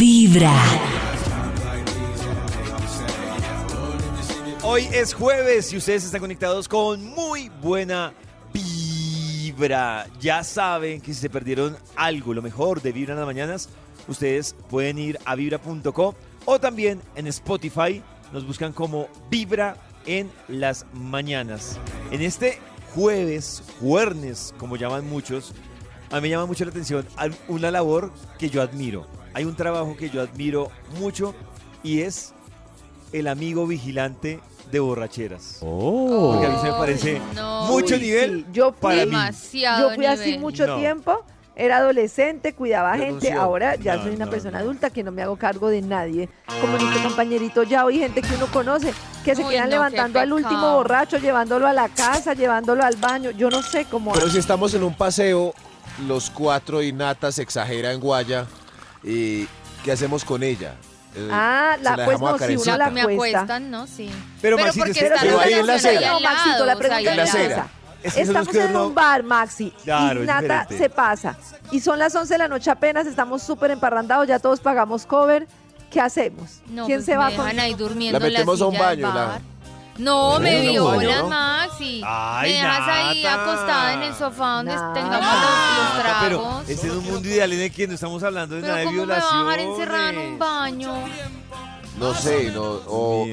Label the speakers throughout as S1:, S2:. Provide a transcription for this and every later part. S1: Vibra.
S2: Hoy es jueves y ustedes están conectados con muy buena vibra. Ya saben que si se perdieron algo, lo mejor de Vibra en las mañanas, ustedes pueden ir a vibra.co o también en Spotify nos buscan como Vibra en las mañanas. En este jueves, juernes, como llaman muchos, a mí me llama mucho la atención al- una labor que yo admiro. Hay un trabajo que yo admiro mucho y es el amigo vigilante de borracheras. Porque a mí se me parece
S3: no.
S2: mucho
S3: Uy,
S2: nivel.
S4: sí, yo fui-
S2: para mí.
S3: demasiado.
S4: Yo fui así
S3: nivel.
S4: mucho
S2: No.
S4: tiempo, era adolescente, cuidaba
S2: Renunció.
S4: gente, ahora ya
S2: No,
S4: soy una
S2: no,
S4: persona
S2: no.
S4: adulta que no me hago cargo de nadie. Como nuestro compañerito ya hoy, gente que uno conoce, que se
S3: Uy,
S4: quedan
S3: no,
S4: levantando
S3: qué
S4: al último
S3: pecado.
S4: borracho, llevándolo a la casa, llevándolo al baño, yo no sé cómo...
S5: Pero si estamos en un paseo, los cuatro y Nata se exagera en Guaya. ¿Y qué hacemos con ella? Eh,
S4: Ah,
S5: se
S4: la, pues
S5: dejamos
S4: no,
S5: a
S4: si uno
S5: Karencita.
S4: la
S3: Me
S4: acuesta.
S3: acuestan, ¿no? Sí.
S2: Pero, Maxito,
S3: porque
S2: es que-
S4: Pero
S3: está
S4: ¿qué
S5: Pero
S4: van
S5: ahí
S4: a
S5: en la
S4: hacer?
S5: acera.
S4: No, Maxito, la pregunta
S5: en la
S4: es
S5: acera.
S4: esa.
S2: Es que eso nos
S4: Estamos en
S2: quedó-
S4: un bar, Maxi,
S2: Claro,
S4: y
S2: es
S4: Nata
S2: diferente.
S4: se pasa. Y son las 11 de la noche apenas, estamos súper emparrandados, ya todos pagamos cover. ¿Qué hacemos?
S3: No,
S4: ¿Quién
S3: pues
S4: se
S3: me
S4: va con
S3: dejan ahí durmiendo
S5: La
S3: en
S5: metemos a un
S3: silla del
S5: baño, la-
S3: bar. No,
S5: La
S3: me
S5: metemos a un baño,
S3: violan,
S5: ¿no?
S3: Maxi.
S2: Ay,
S3: me dejas ahí
S2: Nata.
S3: acostada en el sofá donde
S4: Nata.
S3: tengamos los, los
S2: Ah,
S3: tragos.
S2: Pero este es un mundo ideal en el que no estamos hablando de
S3: Pero
S2: nada de
S3: ¿cómo
S2: violación.
S3: me va a dejar encerrada en un baño?
S5: No sé, no, o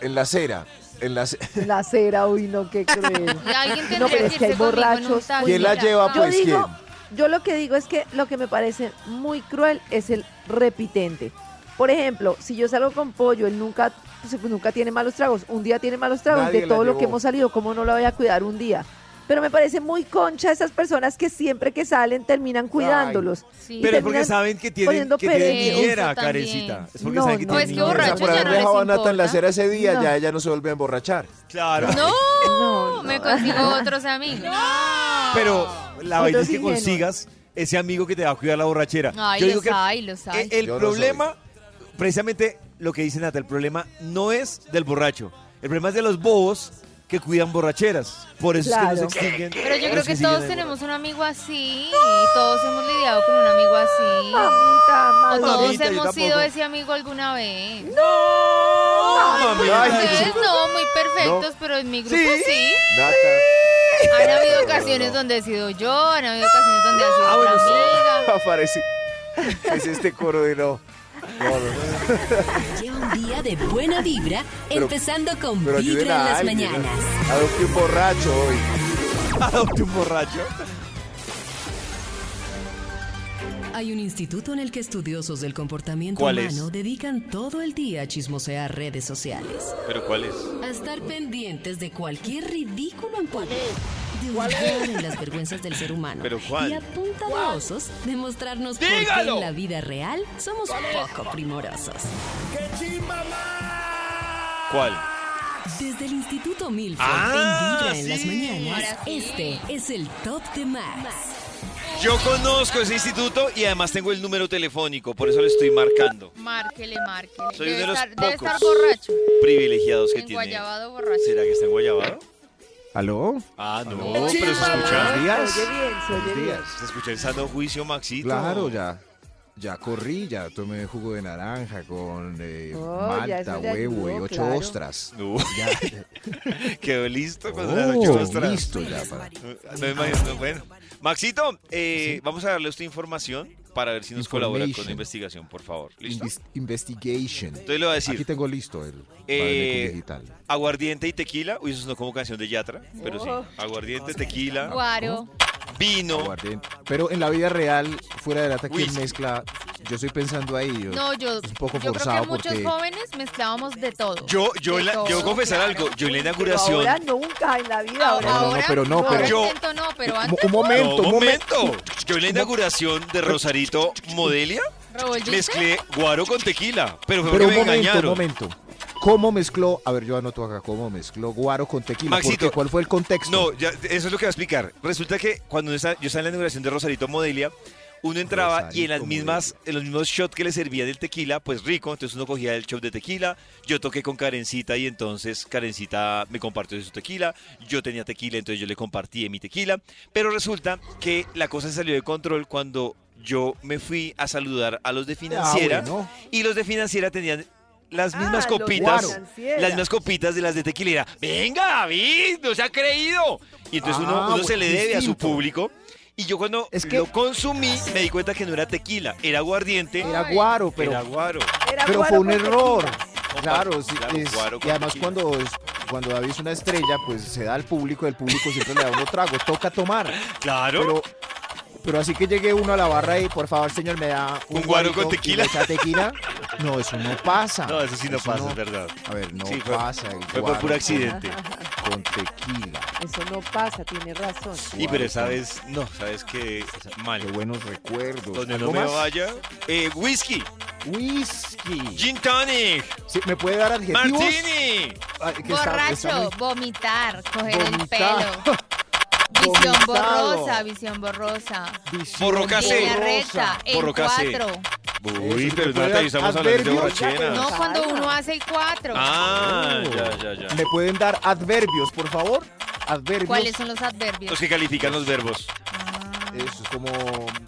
S5: en la acera. En la, ace-
S4: la acera? Uy, no, qué cruel.
S3: Y alguien tendría
S4: No, pero
S3: que
S4: es que
S3: irse conmigo en
S4: hay
S3: un
S4: borrachos.
S3: taxi,
S5: ¿Quién la
S3: ya
S5: lleva,
S3: está.
S4: Yo
S5: pues?
S4: digo,
S5: ¿quién?
S4: yo lo que digo es que lo que me parece muy cruel es el repitente. Por ejemplo, si yo salgo con pollo, él nunca, pues, nunca tiene malos tragos. Un día tiene malos tragos
S5: Nadie
S4: de
S5: la
S4: todo lo que
S5: llevó.
S4: hemos salido, ¿cómo no lo voy a cuidar un día? Pero me parece muy concha esas personas que siempre que salen terminan cuidándolos.
S3: Sí.
S2: Pero es porque
S4: terminan
S2: saben que tienen,
S4: poniendo
S2: que tienen
S4: pereza
S2: niñera,
S3: también.
S2: Karencita. Es porque
S4: No,
S2: saben que
S4: no,
S3: Pues
S2: tienen
S3: qué
S4: no.
S2: niñera.
S3: borracho,
S5: por haber
S3: ya no les
S5: dejado a Nata en la
S3: importa.
S5: acera ese día,
S4: No.
S5: ya ella no se vuelve a emborrachar.
S2: Claro.
S3: No,
S4: No, no.
S3: me consigo otros amigos.
S2: Pero la
S4: Otros
S2: vaina es que
S4: ingenuos.
S2: consigas ese amigo que te va a cuidar la borrachera.
S3: Ay,
S2: Yo digo
S3: los
S2: que
S3: hay, los hay.
S2: el
S5: Yo no
S2: problema, precisamente lo que dice Nata, el problema no es del borracho. El problema es de los bobos que cuidan borracheras. Por eso es que
S4: Claro.
S2: nos extinguen.
S3: Pero yo creo
S2: los
S3: que
S2: siguen
S3: todos
S2: ahí.
S3: tenemos un amigo así y todos hemos lidiado con un amigo así.
S4: Mamita,
S3: O
S4: madre.
S3: todos
S2: Mamita, yo
S3: hemos
S2: tampoco.
S3: sido ese amigo alguna vez.
S2: ¡No! mami!
S5: Ay,
S3: Ustedes no, muy perfectos, pero en mi grupo
S2: Sí.
S3: sí.
S5: Nata.
S3: Han habido
S5: No,
S3: ocasiones
S5: no.
S3: donde he sido yo, han habido ocasiones donde ha sido
S2: Ah,
S3: otra
S2: bueno, sí.
S3: amiga.
S5: Aparece. Es este coro de no. No, no, no.
S1: Lleva un día de buena vibra,
S5: Pero-
S1: empezando con
S5: Pero
S1: Vibra
S5: ayuden
S1: en
S5: a
S1: las
S5: alguien. ¿no?
S1: mañanas.
S5: Adopte un borracho hoy.
S2: Adopte un borracho.
S1: Hay un instituto en el que estudiosos del comportamiento
S2: ¿Cuál es?
S1: humano dedican todo el día a chismosear redes sociales,
S2: ¿Pero cuál es?
S1: a estar pendientes de cualquier ridículo en público, de hurgar en las vergüenzas del ser humano
S2: ¿Pero cuál?
S1: y a punta de osos demostrarnos por qué
S2: ¡Dígalo!
S1: en la vida real somos poco primorosos.
S2: ¿Cuál?
S1: Desde el Instituto Milford
S2: Ah,
S1: en Vibra en las
S2: sí.
S1: mañanas,
S3: Ahora sí.
S1: este es el Top de Max.
S2: Yo conozco ese instituto y además tengo el número telefónico, por eso le estoy marcando.
S3: Márquele, márquele.
S2: Soy
S3: debe,
S2: uno de los
S3: estar, debe
S2: pocos.
S3: estar borracho.
S2: Privilegiados que tiene.
S3: Enguayabado borracho.
S2: ¿Será que está enguayabado?
S6: ¿Aló?
S2: Ah, no,
S4: Oye,
S2: pero se
S4: mamá,
S2: escucha.
S4: Se oye bien, se oye
S6: Buenos
S4: bien.
S6: días.
S2: Se escucha el sano juicio, Maxito.
S6: Claro, ya. Ya corrí, ya tomé jugo de naranja con eh,
S4: Oh, ya
S6: malta,
S4: eso le
S6: huevo y
S4: ayudó,
S6: ocho
S4: claro.
S6: ostras.
S2: No,
S6: Ya, ya.
S2: quedó listo con las ocho
S6: Oh,
S2: ostras.
S6: listo ya. para-
S2: No me imagino, no, bueno. Maxito, eh, vamos a darle a usted información para ver si nos colabora con la
S6: Information.
S2: investigación, por favor. ¿Listo?
S6: Inves- investigation.
S2: Entonces le voy a
S6: Aquí
S2: decir,
S6: tengo listo el
S2: Eh,
S6: eh, digital.
S2: aguardiente y tequila. Uy, eso no como canción de Yatra, pero sí. Aguardiente, tequila,
S3: Guaro.
S2: vino.
S6: Aguardiente. Pero en la vida real, fuera de la ataque
S2: Whisky.
S6: mezcla, yo estoy pensando ahí. yo-
S3: No, yo,
S6: Es un poco
S3: yo creo que
S6: forzado
S3: muchos
S6: porque-
S3: jóvenes mezclábamos de todo.
S2: Yo, yo,
S3: De
S2: en la- yo
S3: todo.
S2: voy a confesar algo. Yo en la
S4: Pero
S2: inauguración...
S4: ahora nunca en la vida.
S3: Ahora,
S4: Ahora,
S6: no, no,
S3: ahora,
S6: pero no, pero-
S2: Yo-
S3: intento no, pero
S6: Un-
S3: antes.
S6: un momento,
S2: No,
S6: un momento.
S2: Yo en la inauguración de Rosarito Modelia
S3: ¿Revolviste?
S2: mezclé guaro con tequila, pero fue
S6: Pero
S2: que
S6: un
S2: me
S6: momento, un
S2: engañaron.
S6: momento. ¿Cómo mezcló? A ver, yo anoto acá, ¿cómo mezcló guaro con tequila?
S2: Maxito.
S6: Porque, ¿Cuál fue el contexto?
S2: No, ya, eso es lo que voy a explicar. Resulta que cuando yo estaba, yo estaba en la inauguración de Rosarito Modelia, uno entraba y en las
S6: Rosarito
S2: mismas, en los mismos shots que le servían el tequila, pues rico, entonces uno cogía el shot de tequila, yo toqué con Karencita y entonces Karencita me compartió su tequila, yo tenía tequila, entonces yo le compartí mi tequila, pero resulta que la cosa se salió de control cuando yo me fui a saludar a los
S4: Ah,
S2: de financiera
S6: bueno.
S2: y los de financiera tenían las mismas
S4: Ah, los de
S2: copitas,
S4: Financiera.
S2: las mismas copitas de las de tequila. y era, Venga, David, no se ha creído. Y entonces uno,
S6: Ah,
S2: uno se le
S6: bueno,
S2: debe a su
S6: distinto.
S2: público. Y yo cuando
S6: Es que-
S2: lo consumí me di cuenta que no era tequila, era aguardiente,
S6: Era guaro, pero,
S2: era guaro.
S4: Era
S6: pero
S4: guaro
S6: fue un
S4: con
S6: error.
S4: tequila.
S6: Claro, sí,
S2: Claro,
S6: es-
S2: guaro con
S6: y además
S2: tequila.
S6: cuando, es- cuando David es una estrella, pues se da al público, el público siempre le da uno trago, toca tomar.
S2: Claro.
S6: Pero, pero así que llegue uno a la barra y por favor, señor, me da
S2: Un guaro con
S6: guarito y
S2: tequila.
S6: le echa tequila. No, eso no pasa.
S2: no, eso sí no pasa, es
S6: no-
S2: verdad.
S6: A ver, no
S2: Sí, fue-
S6: pasa. el
S2: Fue por
S6: guaro
S2: puro accidente.
S6: Con, con tequila.
S4: Eso no pasa, tiene razón.
S2: Y pero sabes, no, sabes que mal.
S6: Qué buenos recuerdos.
S2: Donde no
S6: ¿Algo
S2: me
S6: más?
S2: vaya. Eh, whisky,
S6: Whisky.
S2: gin tonic,
S6: Sí, ¿Me puede dar adjetivos?
S2: martini.
S6: Ah, que está-
S3: Borracho,
S6: está muy-
S3: vomitar, coger
S6: Vomitar.
S3: el pelo. Visión
S6: Vomitado.
S3: borrosa, visión borrosa.
S6: Visión
S2: Borrocase.
S3: Línea
S6: borrosa.
S3: recta, el
S2: Borrocase.
S3: 4.
S2: Uy,
S6: Eso se puede
S2: pero no te Pues, estamos hablando de
S6: adverbio.
S2: borrachera.
S3: No,
S4: Claro.
S3: cuando uno hace el 4.
S2: Ah, ya, ya, ya.
S6: ¿Me pueden dar adverbios, por favor? Adverbios.
S3: ¿Cuáles son los adverbios?
S2: Los que califican los verbos.
S3: Ah,
S6: Eso es como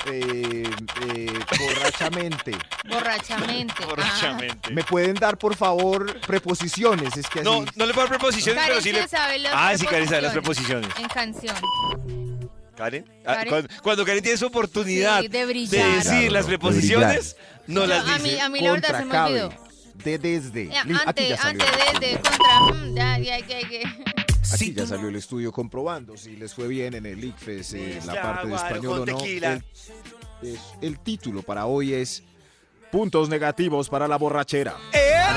S6: eh, eh, borrachamente.
S3: borrachamente. Ah.
S2: Borrachamente.
S6: ¿Me pueden dar, por favor, preposiciones? Es que así.
S2: No, no le puedo dar
S3: Ah.
S2: preposiciones, pero
S3: Karen
S2: sí
S3: se
S2: le.
S3: sabe las
S2: Ah, sí, Karen sabe las
S3: preposiciones.
S2: preposiciones.
S3: En canción.
S2: Karen, ah,
S3: Karen.
S2: Cuando, cuando Karen tiene su oportunidad
S3: Sí, de
S2: de,
S3: brillar.
S2: decir
S6: Claro,
S2: las
S6: de
S2: preposiciones, no
S3: Yo-
S2: las
S3: a mí,
S2: dice.
S3: a mí la verdad se me
S6: Contra,
S3: olvidó.
S6: cabe, De desde.
S3: Ya,
S6: Li- a ti ya
S3: Antes,
S6: salió
S3: antes,
S6: el estudio.
S3: desde, contra. mm, Ya, ya, ya, ya.
S6: Aquí ya salió el estudio comprobando si les fue bien en el ICFES, eh, la parte de español o no. El, es- el título para hoy es Puntos negativos para la borrachera.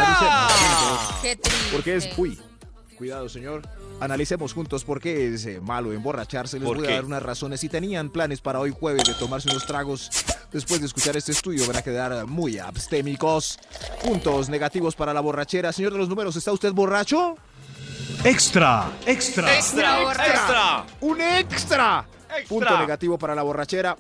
S6: Analicemos juntos
S3: Qué triste.
S6: por qué es... Uy, cuidado señor. Analicemos juntos por qué es eh, malo emborracharse. Les
S2: ¿Por
S6: voy
S2: qué?
S6: a dar unas razones. Si tenían planes para hoy jueves de tomarse unos tragos después de escuchar este estudio, van a quedar muy abstémicos. Puntos negativos para la borrachera. Señor de los números, ¿está usted borracho?
S7: Extra, extra.
S2: Extra,
S3: Una
S2: extra,
S3: borracha.
S2: extra.
S6: ¡Un extra! Punto negativo para la borrachera.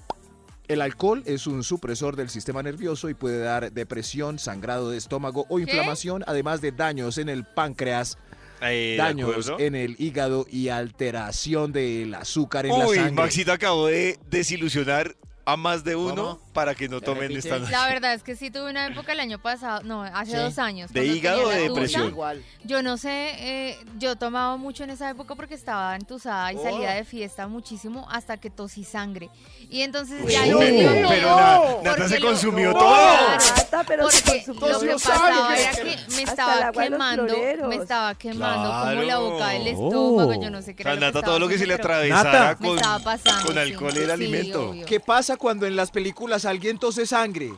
S6: El alcohol es un supresor del sistema nervioso y puede dar depresión, sangrado de estómago o inflamación, además de daños en el páncreas,
S2: Eh, de
S6: daños
S2: acuerdo.
S6: en el hígado y alteración del azúcar en la
S2: Uy,
S6: sangre.
S2: Maxito acabó de desilusionar a más de uno
S6: ¿Cómo?
S2: para que no tomen
S6: repite?
S2: esta noche.
S3: La verdad es que sí tuve una época el año pasado, no, hace
S6: Sí.
S3: dos años.
S2: ¿De
S3: cuando
S2: hígado
S3: tenía
S2: o
S3: la
S2: de
S3: tusa.
S2: depresión?
S6: Igual.
S3: Yo no sé, eh, yo tomaba mucho en esa época porque estaba entusada y salía
S4: Oh.
S3: de fiesta muchísimo hasta que tosí sangre. Y entonces
S2: Uy,
S3: ya
S2: pero-
S3: lo
S4: no,
S3: dio
S2: pero
S4: no,
S2: na- Nata
S3: porque
S2: se
S3: lo-
S2: consumió
S3: no,
S2: todo.
S3: claro.
S4: Nata, Ah, pero se
S3: Porque
S4: consumió
S3: lo que
S6: todo.
S3: pasaba
S6: Sangre.
S3: era que me
S4: Hasta el
S3: estaba
S4: agua de los
S3: quemando,
S4: floreros.
S3: me estaba quemando como la
S2: Claro. Oh.
S3: boca del estómago, Oh, yo no sé qué
S2: O
S3: era
S2: sea,
S3: lo
S2: Nata,
S3: estaba
S2: todo lo que se le
S3: haciendo, pero
S2: atravesara
S3: me
S2: con,
S3: estaba pasando,
S2: con
S3: sí.
S2: alcohol era
S3: Sí,
S2: alimento.
S3: obvio.
S6: ¿Qué pasa cuando en las películas alguien tose sangre?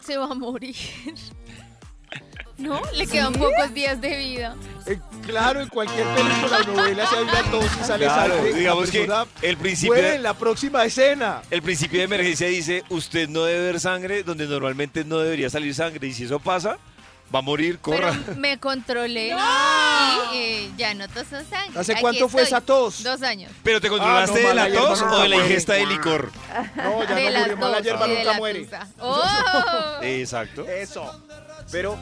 S3: se va a morir. ¿No? Le quedan pocos días de vida.
S6: Eh, claro, en cualquier película o novela si hay una tos y sale
S2: Claro,
S6: sangre, la
S2: digamos que
S6: persona
S2: el principio,
S6: muere en la próxima escena.
S2: el principio de emergencia dice, usted no debe ver sangre donde normalmente no debería salir sangre y si eso pasa, va a morir, corra.
S3: Pero me controlé y eh, ya no tosó sangre.
S6: ¿Hace
S3: Aquí
S6: cuánto fue
S3: estoy.
S6: esa tos?
S3: Dos años.
S2: Pero te controlaste
S6: Ah, no,
S2: de la
S6: mala
S2: tos
S6: hierba,
S2: o
S6: no
S2: de la
S6: muere.
S2: ingesta de licor.
S6: No, ya
S3: de
S6: no
S3: las
S6: murió, mala
S3: dos
S6: hierba
S3: y de
S6: nunca
S3: la
S6: muere.
S3: tusa. ¡Oh!
S2: Exacto.
S6: Eso. Pero,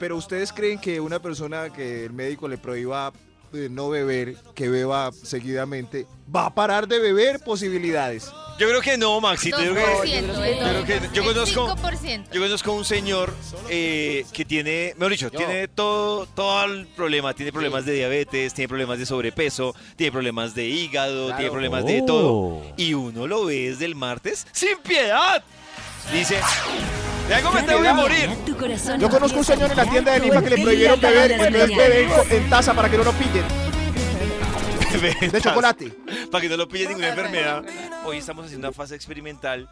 S6: pero ustedes creen que una persona que el médico le prohíba eh, no beber, que beba seguidamente, va a parar de beber posibilidades.
S2: Yo creo que no, Maxito. Yo creo que,
S3: 2%,
S2: creo que- yo conozco-
S3: 5%.
S2: yo conozco un señor eh, que tiene, mejor dicho, tiene todo, todo el problema. Tiene problemas de diabetes, tiene problemas de sobrepeso, tiene problemas de hígado, tiene problemas de todo. Y uno lo ve desde el martes sin piedad. Dice, de algo me tengo que morir.
S1: Tu corazón
S6: Yo conozco un
S1: empieza a
S6: señor en la
S1: vibrar
S6: tienda de
S1: con
S6: Lima que le
S1: el
S6: prohibieron
S1: día
S6: beber,
S1: de las
S6: entonces
S1: mañanas.
S6: beben en taza para que no lo pillen. De chocolate.
S2: Para que no lo pille ninguna enfermedad. Hoy estamos haciendo una fase experimental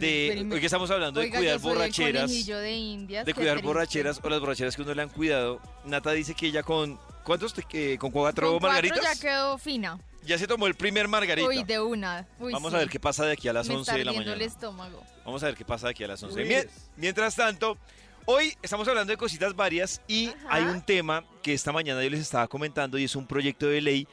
S2: de... Hoy que estamos hablando de
S3: Oiga,
S2: cuidar
S3: yo soy el
S2: borracheras.
S3: conejillo de, Indias,
S2: de
S3: qué
S2: cuidar
S3: triste.
S2: borracheras o las borracheras que uno le han cuidado. Nata dice que ella con ¿cuántos te- eh, con
S3: Con
S2: cuatro
S3: cuatro
S2: margaritas
S3: ya quedó fina.
S2: ya se tomó el primer margarita.
S3: Uy, de una. Uy,
S2: Vamos
S3: sí.
S2: a ver qué pasa de aquí a las
S3: Me
S2: 11
S3: está
S2: de la
S3: ardiendo
S2: mañana.
S3: el estómago.
S2: Vamos a ver qué pasa de aquí a las 11.
S6: Uy.
S2: Mien- mientras tanto, hoy estamos hablando de cositas varias y
S3: Ajá.
S2: hay un tema que esta mañana yo les estaba comentando y es un proyecto de ley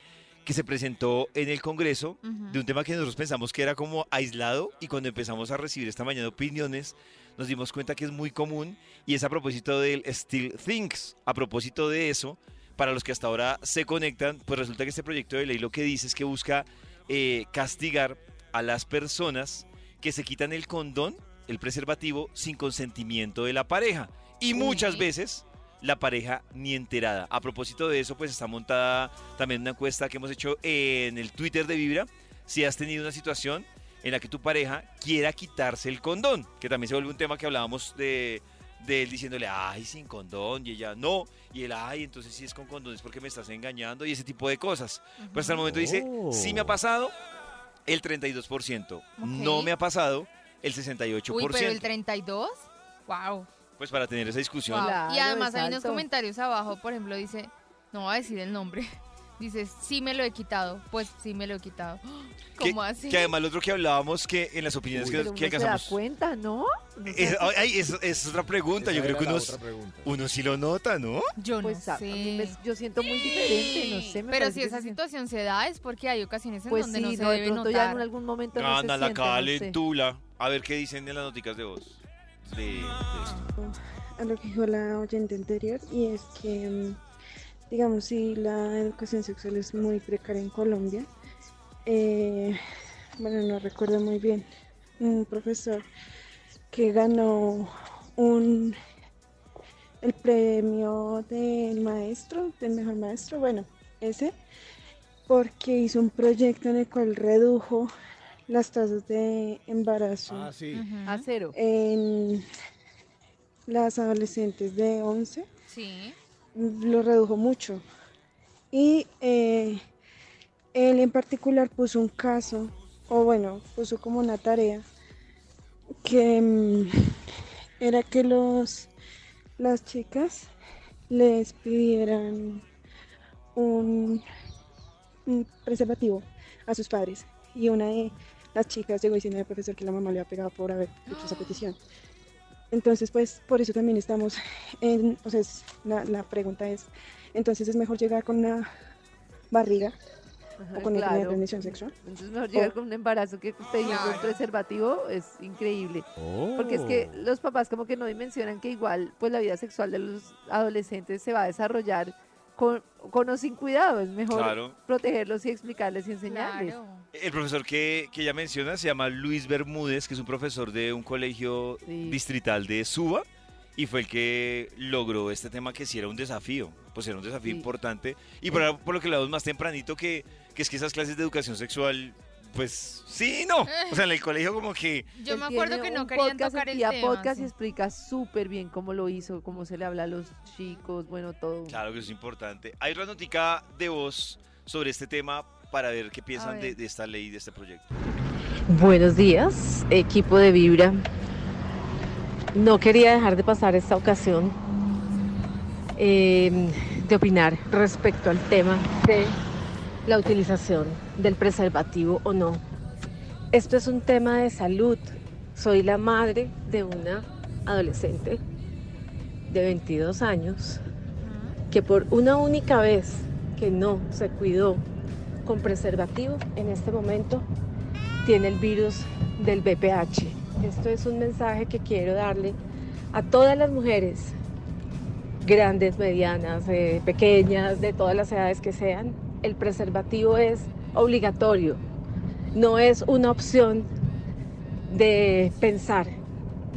S2: que se presentó en el Congreso
S3: Ujú.
S2: de un tema que nosotros pensamos que era como aislado y cuando empezamos a recibir esta mañana opiniones nos dimos cuenta que es muy común y es a propósito del Still Things. A propósito de eso, para los que hasta ahora se conectan, pues resulta que este proyecto de ley lo que dice es que busca eh, castigar a las personas que se quitan el condón, el preservativo, sin consentimiento de la pareja. Y muchas
S3: Uy.
S2: veces la pareja ni enterada. A propósito de eso, pues está montada también una encuesta que hemos hecho en el Twitter de Vibra. Si has tenido una situación en la que tu pareja quiera quitarse el condón, que también se vuelve un tema que hablábamos de, de él diciéndole, ay, sin condón, y ella, no, y él, ay, entonces si es con condón es porque me estás engañando, y ese tipo de cosas. Pues hasta el momento dice, sí me ha pasado el 32%, no
S3: Ok.
S2: me ha pasado el 68%.
S3: Uy, pero el 32, wow.
S2: Pues para tener esa discusión,
S3: Wow.
S4: Claro,
S3: y además hay unos
S4: exacto.
S3: comentarios abajo, por ejemplo, dice, no voy a decir el nombre. Dice, sí me lo he quitado. Pues sí me lo he quitado.
S2: que,
S3: ¿Cómo así?
S2: que además lo otro que hablábamos que en las
S4: ¿Ah,
S2: opiniones
S4: Uy,
S2: que,
S4: pero uno
S2: que
S4: se da
S2: alcanzamos...
S4: cuenta, ¿no? No sé,
S2: Es, Eh, ay, es- es otra pregunta, yo
S5: Esa
S2: creo
S5: era
S2: que
S5: la
S2: unos,
S5: otra pregunta.
S2: unos sí lo nota, ¿no?
S3: yo
S4: pues
S3: no
S4: a-
S3: sé.
S4: a mí me- yo siento muy diferente, no sé. Me
S3: pero
S4: parece
S3: si
S4: que
S3: esa
S4: se-
S3: situación se da es porque hay ocasiones en
S4: Pues
S3: donde
S4: sí,
S3: no se
S4: de
S3: debe
S4: pronto
S3: notar.
S4: ya en algún momento no se
S2: Gana la
S4: siente, no sé.
S2: calentula. A ver qué dicen en las noticas de voz. De, de esto.
S8: a lo que dijo la oyente anterior y es que, mm, digamos, si la educación sexual es muy precaria en Colombia, eh, bueno, no recuerdo muy bien, un profesor que ganó un el premio del maestro, del mejor maestro, bueno, ese, porque hizo un proyecto en el cual redujo las tasas de embarazo
S6: Ah, sí.
S3: Ujú,
S4: A cero.
S8: en las adolescentes de 11
S3: Sí.
S8: lo redujo mucho y eh, él en particular puso un caso o bueno puso como una tarea que mm, era que los las chicas les pidieran un, un preservativo a sus padres y una de las chicas llegó diciendo al profesor que la mamá le había pegado por haber hecho esa petición entonces pues por eso también estamos en, o sea, es- la, la pregunta es, entonces es mejor llegar con una barriga
S4: Ajá,
S8: o con una
S4: claro.
S8: transmisión sexual.
S4: Entonces mejor llegar con un embarazo que teniendo un
S3: Oh. Claro. Oh.
S4: preservativo es increíble. Porque es que los papás como que no dimensionan que igual pues la vida sexual de los adolescentes se va a desarrollar con, con o sin cuidado. Es mejor
S2: Claro.
S4: protegerlos y explicarles y enseñarles.
S3: Claro.
S2: El profesor que, que ya menciona se llama Luis Bermúdez, que es un profesor de un colegio
S4: Sí.
S2: distrital de Suba y fue el que logró este tema que sí era un desafío, pues era un desafío
S4: Sí.
S2: importante. Y por, por lo que hablamos más tempranito, que, que es que esas clases de educación sexual, pues sí, y no. O sea, en el colegio como que...
S3: Yo
S4: Él
S3: me acuerdo
S4: tiene
S3: que no
S4: un
S3: querían
S4: podcast,
S3: tocar el
S4: Sofía
S3: tema.
S4: podcast
S3: sí.
S4: y explica súper bien cómo lo hizo, cómo se le habla a los chicos, bueno, todo.
S2: Claro que eso es importante. Hay otra notica de voz sobre este tema para ver qué piensan de,
S3: ver.
S2: de esta ley, de este proyecto.
S9: Buenos días, equipo de Vibra. No quería dejar de pasar esta ocasión eh, de opinar respecto al tema de la utilización del preservativo o no. Esto es un tema de salud. Soy la madre de una adolescente de 22 años
S3: Ujú.
S9: que por una única vez que no se cuidó con preservativo, en este momento tiene el virus del BPH. Esto es un mensaje que quiero darle a todas las mujeres, grandes, medianas, eh, pequeñas, de todas las edades que sean. El preservativo es obligatorio, no es una opción de pensar,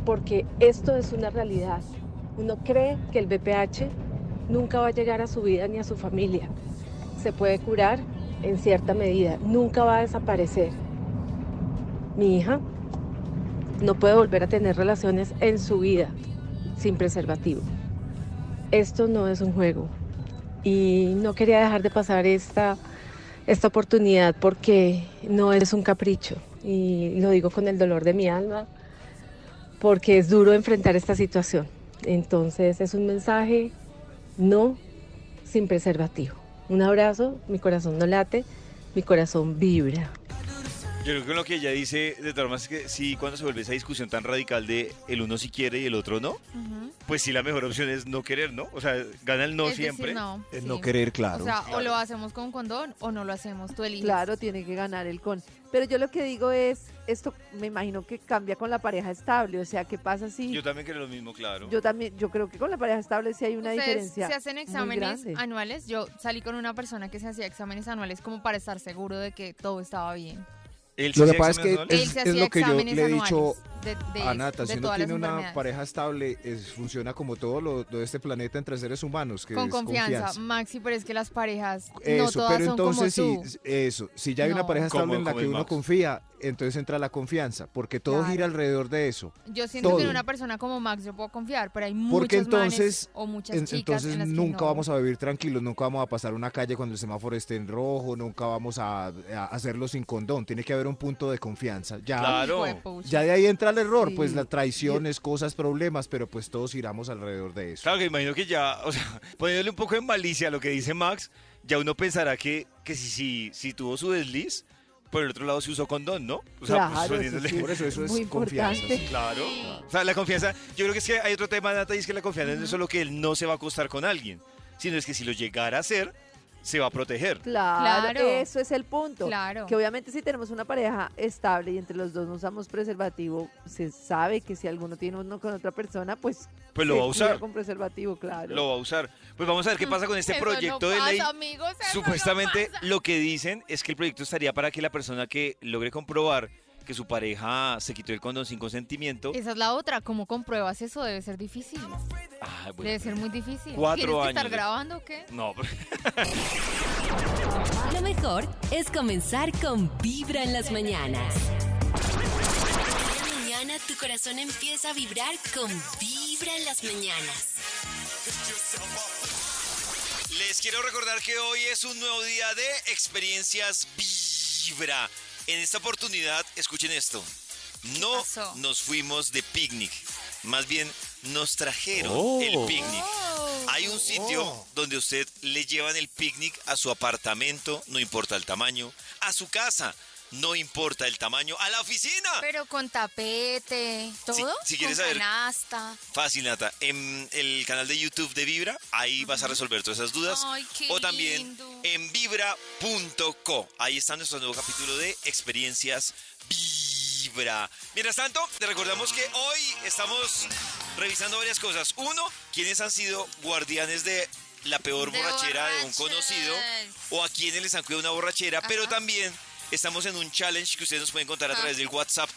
S9: porque esto es una realidad. Uno cree que el BPH nunca va a llegar a su vida ni a su familia. Se puede curar en cierta medida, nunca va a desaparecer. Mi hija no puede volver a tener relaciones en su vida sin preservativo. Esto no es un juego y no quería dejar de pasar esta, esta oportunidad porque no es un capricho y lo digo con el dolor de mi alma porque es duro enfrentar esta situación. Entonces es un mensaje no sin preservativo. Un abrazo, mi corazón no late, mi corazón vibra.
S2: Yo creo que lo que ella dice, de todas maneras, es que sí, cuando se vuelve esa discusión tan radical de el uno sí quiere y el otro no,
S3: Ujú.
S2: pues sí la mejor opción es no querer, ¿no? O sea, gana el no
S3: Es decir,
S2: siempre.
S3: no,
S6: Es
S3: sí.
S6: no querer, claro.
S3: O sea, o lo hacemos con condón o no lo hacemos. Tú eliges.
S4: Claro, tiene que ganar el con. Pero yo lo que digo es, esto me imagino que cambia con la pareja estable, o sea, ¿qué pasa si
S2: Yo también creo lo mismo, claro.
S4: yo también, yo creo que con la pareja estable sí hay una
S3: Ustedes
S4: diferencia.
S3: se hacen
S4: muy
S3: exámenes
S4: grande.
S3: anuales. Yo salí con una persona que se hacía exámenes anuales como para estar seguro de que todo estaba bien.
S2: Él sí
S6: Lo que
S2: se
S6: pasa es que
S2: examinó, ¿no?
S6: Es-
S3: Él se
S6: es
S3: hacía
S6: lo que yo
S3: exámenes
S6: le he
S3: anuales
S6: dicho
S3: de, de,
S6: A Nata,
S3: de
S6: si uno
S3: todas
S6: tiene
S3: las
S6: una
S3: enfermedades.
S6: pareja estable, es- funciona como todo lo de este planeta entre seres humanos, que
S3: Con
S6: es
S3: confianza. Maxi, pero es que las parejas no
S6: Eso,
S3: todas
S6: pero
S3: son
S6: entonces
S3: como
S6: si,
S3: tú.
S6: eso, si ya hay una
S3: No.
S6: pareja estable
S2: Como-
S6: en la
S2: como
S6: que
S2: el
S6: uno
S2: Max.
S6: confía, entonces entra la confianza, porque todo
S3: Claro.
S6: gira alrededor de eso.
S3: Yo siento que en
S6: todo.
S3: una persona como Max yo puedo confiar, pero hay muchos
S6: Porque
S3: manes
S6: entonces-
S3: o muchas
S6: En-
S3: chicas
S6: entonces
S3: en las que
S6: nunca
S3: no.
S6: vamos a vivir tranquilos, nunca vamos a pasar una calle cuando el semáforo esté en rojo, nunca vamos a, a hacerlo sin condón, tiene que haber un punto de confianza. Ya,
S2: Claro.
S3: Hijuepucha.
S6: ya de ahí entra el error, pues
S4: Sí.
S6: las traiciones, cosas, problemas, pero pues todos giramos alrededor de eso.
S2: Claro que imagino que ya, o sea, poniéndole un poco de malicia a lo que dice Max, ya uno pensará que, que si, si, si tuvo su desliz, por el otro lado se usó condón, ¿no? O sea, pues,
S4: Claro, eso
S2: poniéndole-
S4: sí.
S6: Por eso eso
S4: Muy
S6: es
S4: importante.
S6: confianza. sí.
S2: Claro. O sea, la confianza. Yo creo que es que hay otro tema, Nata, y es que la confianza no es solo que él no se va a acostar con alguien, sino es que si lo llegara a hacer, se va a proteger.
S4: Claro,
S3: Claro.
S4: eso es el punto.
S3: Claro.
S4: Que obviamente si tenemos una pareja estable y entre los dos no usamos preservativo, se sabe que si alguno tiene uno con otra persona, pues
S2: Pues lo
S4: se
S2: va a
S4: cuida
S2: usar.
S4: con preservativo, claro. Mm,
S2: Lo va a usar. Pues vamos a ver qué pasa con este
S3: Eso
S2: proyecto
S3: no
S2: de
S3: pasa,
S2: ley.
S3: amigos, eso no
S2: Supuestamente
S3: pasa.
S2: lo que dicen es que el proyecto estaría para que la persona que logre comprobar que su pareja se quitó el condón sin consentimiento.
S3: Esa es la otra. ¿Cómo compruebas eso? Debe ser difícil.
S2: Ah, bueno,
S3: Debe ser muy difícil.
S2: Cuatro
S3: ¿Tienes que estar
S2: años de-
S3: grabando o qué?
S2: No,
S1: Lo mejor es comenzar con Vibra en las mañanas. Cada mañana tu corazón empieza a vibrar con Vibra en las mañanas.
S2: Les quiero recordar que hoy es un nuevo día de experiencias vibra. En esta oportunidad, escuchen esto. No
S3: pasó?
S2: nos fuimos de picnic, más bien nos trajeron el picnic.
S3: Oh.
S2: Hay un sitio donde usted le llevan el picnic a su apartamento, no importa el tamaño, a su casa, no importa el tamaño, a la oficina.
S3: Pero con tapete, todo.
S2: si
S3: con
S2: quieres saber-
S3: canasta.
S2: Fácil, Nata. En el canal de YouTube de Vibra, ahí vas a resolver todas esas dudas.
S3: Ay, qué
S2: o también
S3: lindo.
S2: en vibra.co. Ahí está nuestro nuevo capítulo de experiencias Vibra. Mientras tanto, te recordamos que hoy estamos revisando varias cosas. Uno, quiénes han sido guardianes de la peor
S3: De
S2: borrachera de un
S3: borrachas.
S2: conocido o a quienes les han cuidado una borrachera, pero
S3: Ajá.
S2: también estamos en un challenge que ustedes nos pueden contar a través del WhatsApp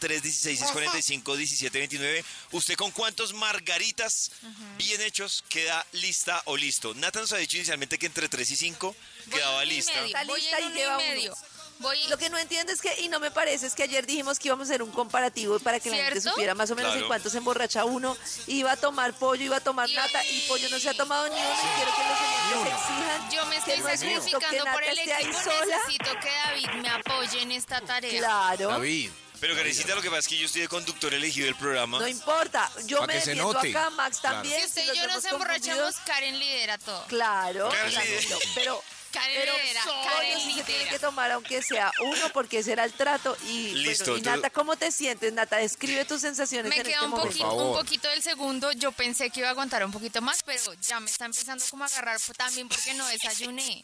S2: 316-645-1729. ¿Usted con cuántos margaritas bien hechos queda lista o listo? Nata nos ha dicho inicialmente que entre 3 y 5
S3: Voy en
S2: quedaba
S3: un y
S2: lista.
S3: medio,
S4: Está
S3: voy
S4: lista
S3: en
S4: y
S3: un
S4: lleva uno.
S3: medio. Voy
S4: Lo que no entiendo es que, y no me parece, es que ayer dijimos que íbamos a hacer un comparativo para que la gente
S3: ¿Cierto?
S4: supiera más o menos
S2: Claro.
S4: en cuánto se emborracha uno. Iba a tomar pollo, iba a tomar nata y pollo no se ha tomado ni uno. Y quiero que los oyentes exijan.
S3: Yo me estoy
S4: que no es justo que
S3: sacrificando
S4: Nata
S3: por el
S4: esté ahí
S3: equipo.
S4: sola.
S3: Necesito que David me apoye en esta tarea.
S4: Claro.
S5: David,
S2: Pero Karencita, lo que pasa es que yo estoy de conductor elegido del programa.
S4: No importa, yo
S5: Pa'
S4: me
S5: que se
S4: defiendo
S5: note.
S4: acá, Max
S5: Claro.
S4: también.
S3: Si usted
S4: los
S3: y yo
S4: vemos
S3: nos emborrachamos,
S4: confundidos,
S3: Karen lidera todo.
S4: Claro,
S2: Karen
S4: claro,
S2: lidera.
S4: pero,
S3: Karen
S4: pero
S3: lidera,
S4: solo
S3: Karen
S4: sí se tiene
S3: lidera.
S4: que tomar aunque sea uno, porque ese era el trato. Y, bueno,
S2: Listo,
S4: y
S2: entonces-
S4: Nata, ¿cómo te sientes, Nata? Describe tus sensaciones
S3: Me
S4: en
S3: queda
S4: este
S3: un
S4: momento.
S3: poquito, un
S5: favor.
S3: poquito del segundo. Yo pensé que iba a aguantar un poquito más, pero ya me está empezando como a agarrar pues, también porque no desayuné.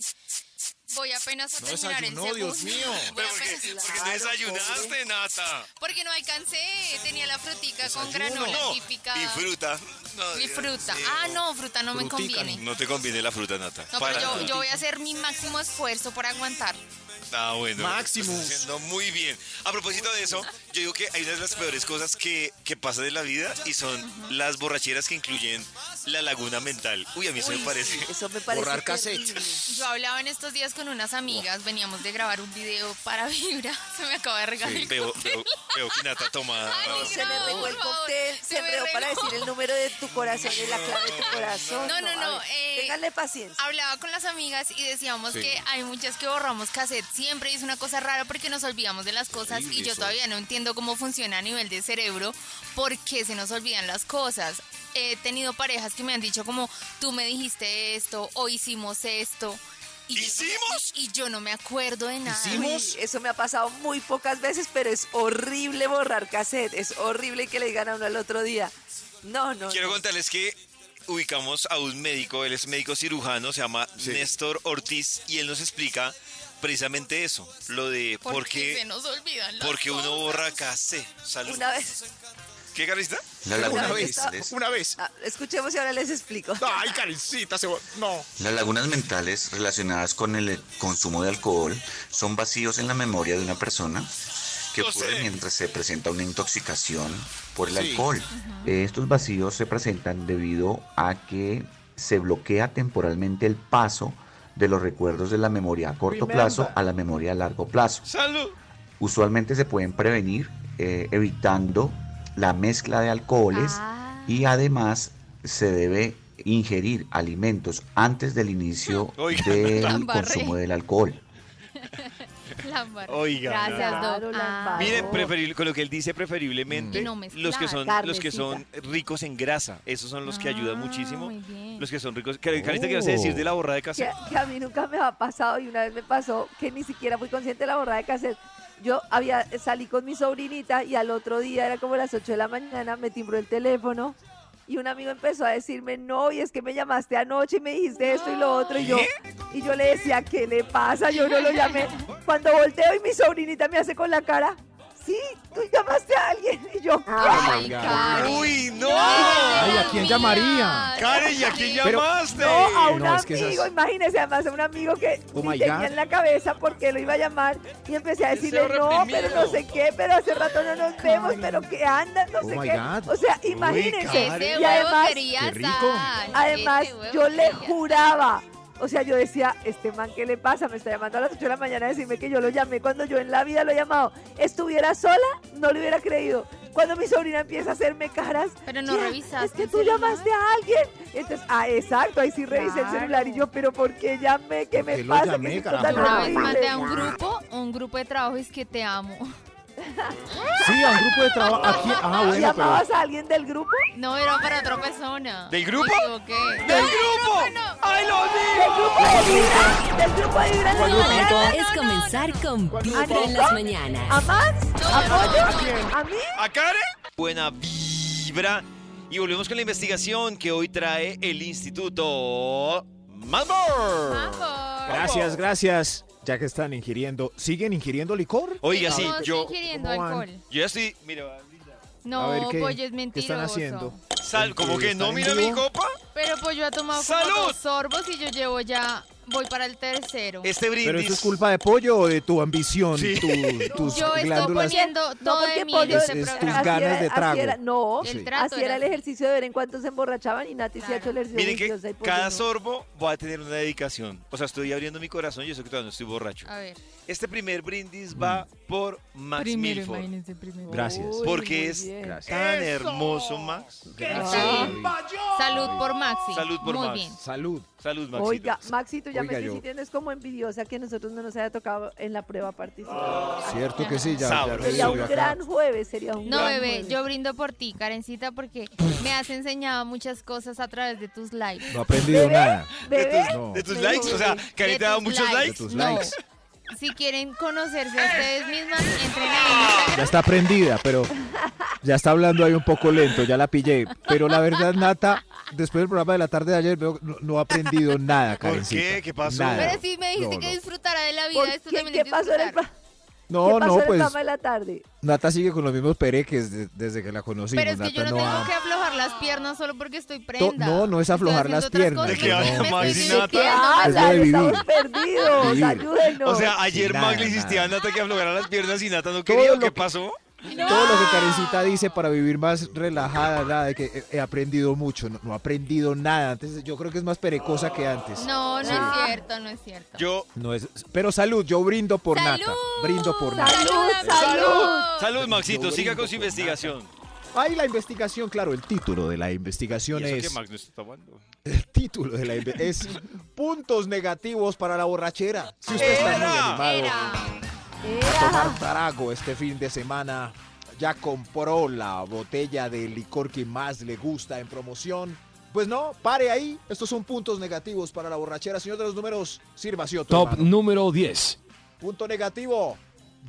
S3: Voy apenas a
S5: No
S3: terminar el
S5: desayunó,
S3: segundo.
S5: Dios mío.
S3: Voy
S2: Pero porque,
S3: apenas-
S2: porque no desayunaste, Nata.
S3: Porque no alcancé. Tenía la frutica con granola
S2: No,
S3: típica.
S2: y fruta. No,
S3: Mi
S2: Dios
S3: fruta.
S2: mío.
S3: Ah, no, fruta no me conviene.
S2: No te conviene la fruta, Nata.
S3: No,
S2: Para
S3: pero yo,
S2: nada.
S3: yo voy a hacer mi máximo esfuerzo por aguantar.
S2: Ah, bueno.
S5: Máximo.
S2: estás haciendo muy bien. A propósito de eso, yo digo que hay una de las peores cosas que, que pasa de la vida y son las borracheras que incluyen la laguna mental. Uy, a mí eso me parece.
S4: Eso me parece
S5: Borrar
S4: terrible.
S3: Yo hablaba en estos días con unas amigas, veníamos de grabar un video para Vibra. Se me acaba de regalar el
S2: Veo,
S3: cóctel.
S2: veo, veo que Nata toma.
S3: Ay,
S4: Se le
S3: No,
S4: regó el
S3: por favor,
S4: cóctel,
S3: se
S4: se
S3: me
S4: enredó para
S3: regó.
S4: decir el número de tu corazón y la clave de tu corazón.
S3: No, no,
S4: a
S3: no,
S4: ver,
S3: eh,
S4: Ténganle paciencia.
S3: Hablaba con las amigas y decíamos que hay muchas que borramos cassette siempre y es una cosa rara porque nos olvidamos de las cosas y yo todavía no entiendo cómo funciona a nivel de cerebro por qué se nos olvidan las cosas. He tenido parejas que me han dicho como tú me dijiste esto o hicimos esto Y yo-
S10: ¿Hicimos?
S3: y yo no me acuerdo de nada.
S4: Uy,
S10: ¿Hicimos?
S4: eso me ha pasado muy pocas veces, pero es horrible borrar cassette. Es horrible que le digan a uno al otro día. No, no.
S2: Quiero
S4: no.
S2: contarles que ubicamos a un médico, él es médico cirujano, se llama Néstor Ortiz, y él nos explica precisamente eso, lo de
S3: Porque
S2: por
S3: se
S2: qué
S3: nos olvidan las
S2: porque uno
S3: cosas.
S2: borra cassette. Salud.
S4: Una vez.
S2: ¿Qué, Carlita?
S10: La
S6: Una
S10: laguna
S4: Claro,
S6: vez,
S4: está-
S10: mentales,
S6: una vez.
S4: Ah, escuchemos y ahora les explico.
S6: Ay, Karencita, se... vol- No.
S10: las lagunas mentales relacionadas con el consumo de alcohol son vacíos en la memoria de una persona que
S2: Lo
S10: ocurren
S2: sé.
S10: mientras se presenta una intoxicación por el
S6: Sí.
S10: alcohol. Eh, Estos vacíos se presentan debido a que se bloquea temporalmente el paso de los recuerdos de la memoria a corto
S6: Remember.
S10: plazo a la memoria a largo plazo.
S2: Salud.
S10: usualmente se pueden prevenir eh, evitando la mezcla de alcoholes
S4: Ah.
S10: y además se debe ingerir alimentos antes del inicio
S2: Oiga,
S10: del
S3: Tambarré.
S10: consumo del alcohol.
S3: La embarré.
S2: Oiga.
S11: Gracias,
S4: Claro,
S11: Doc.
S4: la
S11: Ah.
S4: embarró.
S2: Miren, preferible- con lo que él dice preferiblemente
S3: Y no
S2: los que
S3: mezclar.
S2: son los que son ricos en grasa, esos son los que ayudan
S3: Ah,
S2: muchísimo.
S3: muy bien.
S2: Los que son ricos. Car- Carita, ¿qué vas
S6: Oh.
S2: a decir de la borra de
S4: que,
S2: cassette?
S4: que a mí nunca me ha pasado y una vez me pasó que ni siquiera fui consciente de la borrada de cassette. Yo había salí con mi sobrinita y al otro día era como las 8 de la mañana, me timbró el teléfono y un amigo empezó a decirme, "No, y es que me llamaste anoche y me dijiste esto y lo otro" y yo y yo le decía, "¿Qué le pasa? Yo no lo llamé." Cuando volteo y mi sobrinita me hace con la cara, "Sí, tú llamaste a alguien." Y yo,
S3: Ay, Karen.
S2: ¡Uy, no!
S11: Ay, ¿a quién llamaría?
S2: Karen, ¿y a quién
S3: Pero-
S2: llamaste?
S4: No, a un
S11: No, es que
S4: amigo,
S11: esas-
S4: imagínese, además a un amigo que
S11: Oh
S4: ni
S11: my
S4: tenía
S11: God.
S4: en la cabeza porque lo iba a llamar y empecé a decirle, no, pero no sé qué, pero hace rato no nos vemos, pero que andan, no
S11: Oh
S4: sé
S11: my
S4: qué.
S11: God.
S4: O sea, imagínense.
S3: Ese
S4: Y
S3: huevo
S4: además,
S3: quería
S11: qué rico.
S3: sal,
S4: además
S3: ese huevo
S4: yo le
S3: quería sal.
S4: juraba. O sea, yo decía, este man, ¿qué le pasa? Me está llamando a las 8 de la mañana a decirme que yo lo llamé cuando yo en la vida lo he llamado. Estuviera sola, no lo hubiera creído. Cuando mi sobrina empieza a hacerme caras,
S11: Pero
S4: "Tía, Es que tú llamaste a alguien. Entonces, ah, exacto, ahí sí revisé el celular y yo, pero ¿por qué llamé? ¿Qué me
S11: qué lo
S4: pasa?
S11: llamé,
S4: ¿Qué es esto
S11: caramba?
S4: tan
S3: Yo una vez
S4: horrible?
S3: mandé a un grupo, un grupo de trabajo es que te amo. ¡Ah!
S11: Sí, a un grupo de trabajo. ¿A quién? Ah, bueno, pero.
S4: ¿Llamabas a alguien del grupo?
S3: No, era para otra persona.
S2: ¿Del grupo?
S3: Me equivoqué.
S2: ¡Del grupo! ¡Ay, lo
S4: ¿Del
S2: digo!
S4: grupo de Vibra? ¿Del grupo de Vibra?
S1: Tu momento
S4: ¿A
S1: es comenzar con Vibra en las mañanas.
S4: más? ¿A
S3: no,
S4: Pollo? ¿A mí?
S2: ¿A Karen? Buena vibra. Y volvemos con la investigación que hoy trae el Instituto Malbor.
S3: Amor.
S6: Gracias, gracias. Ya que están ingiriendo, ¿siguen ingiriendo licor?
S2: Oiga, sí,
S3: No, estoy
S2: yo,
S3: ingiriendo
S6: ¿cómo van?
S3: alcohol.
S2: yo ya estoy. Mira,
S3: No,
S6: A ver, ¿qué-
S3: pollo es mentiroso.
S6: ¿Qué están haciendo?
S2: sal, como que no,
S6: ¿Están
S2: mira
S6: en
S2: mi
S6: vivo?
S2: copa.
S3: Pero pollo ha tomado
S2: ¡Salud!
S3: como dos sorbos y yo llevo ya, voy para el tercero.
S2: Este brindis.
S6: ¿Pero eso es culpa de pollo o de tu ambición,
S2: Sí.
S6: tu- tus
S3: yo estoy
S6: glándulas?
S3: poniendo
S4: No,
S3: todo de
S4: porque
S3: mí
S4: Pollo
S3: en este
S6: Es- es tus
S3: programa.
S4: así
S6: ganas
S4: era-
S6: de
S4: así
S6: trago.
S4: era- no,
S3: El trato
S4: así era el
S3: así.
S4: ejercicio de ver en cuánto se emborrachaban y Nati se ha
S3: Claro.
S4: hecho el ejercicio
S2: Miren
S4: vicioso
S2: que
S4: y Pollo
S2: cada
S4: no.
S2: sorbo va a tener una dedicación. O sea, estoy abriendo mi corazón y eso que todavía no estoy borracho.
S3: A ver.
S2: Este primer brindis va por Max Milford.
S3: primero.
S6: Mm. Gracias.
S4: Uy,
S2: Porque
S4: muy
S2: es-
S4: bien.
S6: Gracias.
S2: Tan hermoso, Max.
S3: Salud por Maxi.
S2: Salud por
S3: Muy
S2: Max.
S3: bien.
S6: Salud.
S2: Salud, Max.
S4: Oiga, Maxito, ya
S6: Oiga,
S4: me estoy
S6: yo-
S4: sintiendo es como envidiosa que nosotros no nos haya tocado en la prueba participar.
S6: Ah, Cierto que sí, ya.
S2: Sabroso.
S6: ya
S4: Sería un
S6: estoy acá.
S4: gran jueves, sería un
S3: No,
S4: gran
S3: bebé,
S4: jueves.
S3: yo brindo por ti, Karencita, porque me has enseñado muchas cosas a través de tus likes.
S6: No he aprendido
S4: ¿Bebé?
S6: nada.
S4: Bebé,
S6: No.
S2: De tus
S4: Me
S2: likes, o sea,
S4: duele.
S3: De
S2: Carita ha dado
S3: tus
S2: muchos
S3: likes.
S2: likes.
S6: De tus
S3: No.
S6: likes.
S3: Si quieren conocerse a ustedes mismas, entren a Instagram.
S6: Ya está aprendida, pero ya está hablando ahí un poco lento, ya la pillé. Pero la verdad, Nata, después del programa de la tarde de ayer, veo que no, no ha aprendido nada,
S2: ¿Por
S6: Karencita.
S2: qué? ¿Qué pasó?
S6: Nada.
S3: Pero sí me dijiste
S6: No,
S3: que
S6: no.
S3: disfrutara de la
S4: ¿por
S3: vida, esto
S4: qué-
S3: también
S4: ¿Qué
S3: es
S4: pasó en el,
S3: disfrutar.
S4: pro-
S6: No,
S4: qué pasó
S6: no,
S4: en el
S6: pues
S4: programa de la tarde?
S6: Nata sigue con los mismos pereques de- desde que la conocimos.
S3: Pero es que yo
S6: Nata
S3: no
S6: no
S3: tengo
S6: ha-
S3: que aflojar las piernas solo porque estoy
S6: To-
S3: prenda.
S6: No, no es aflojar
S3: Estoy
S6: las
S3: haciendo
S6: piernas.
S3: otras
S2: ¿De qué
S6: no,
S2: habla
S6: no,
S3: Me
S2: Maxi
S3: estoy
S2: Nata?
S4: ¿Qué
S3: divirtiendo.
S4: hablan?
S6: vivir.
S4: Estamos perdidos,
S6: Vivir.
S4: ayúdenos.
S2: O sea, ayer
S6: Nada,
S2: Max le insistía a Nata que aflojara las piernas y Nata
S6: Todo
S2: no quería.
S6: lo
S2: ¿Qué
S6: que-
S2: pasó?
S6: Todo lo que Karencita dice para vivir más relajada, nada de que he he aprendido mucho, no, no he aprendido nada. Antes, yo creo que es más perecosa que antes.
S3: No, no
S6: Sí.
S3: es cierto, no es cierto.
S2: Yo.
S6: No es, pero salud, yo brindo por Nata.
S3: ¡Salud!
S6: Brindo por Nata.
S4: ¡Salud,
S2: ¡Salud!
S4: salud!
S2: ¡Salud, Maxito!
S6: Yo
S2: Siga
S6: brindo
S2: con su
S6: por
S2: investigación.
S6: Ahí la investigación, claro, el título de la
S2: ¿Y
S6: investigación
S2: eso
S6: es
S2: que Max no está tomando?
S6: el título de la inve- es puntos negativos para la borrachera. Si usted está muy
S2: ¡Era!
S6: animado
S3: Era.
S4: Eh,
S6: a tomar trago este fin de semana, ya compró la botella de licor que más le gusta en promoción Pues no, pare ahí. Estos son puntos negativos para la borrachera. Señor de los números, sirva si otro.
S12: Top
S6: hermano.
S12: número 10.
S6: Punto negativo.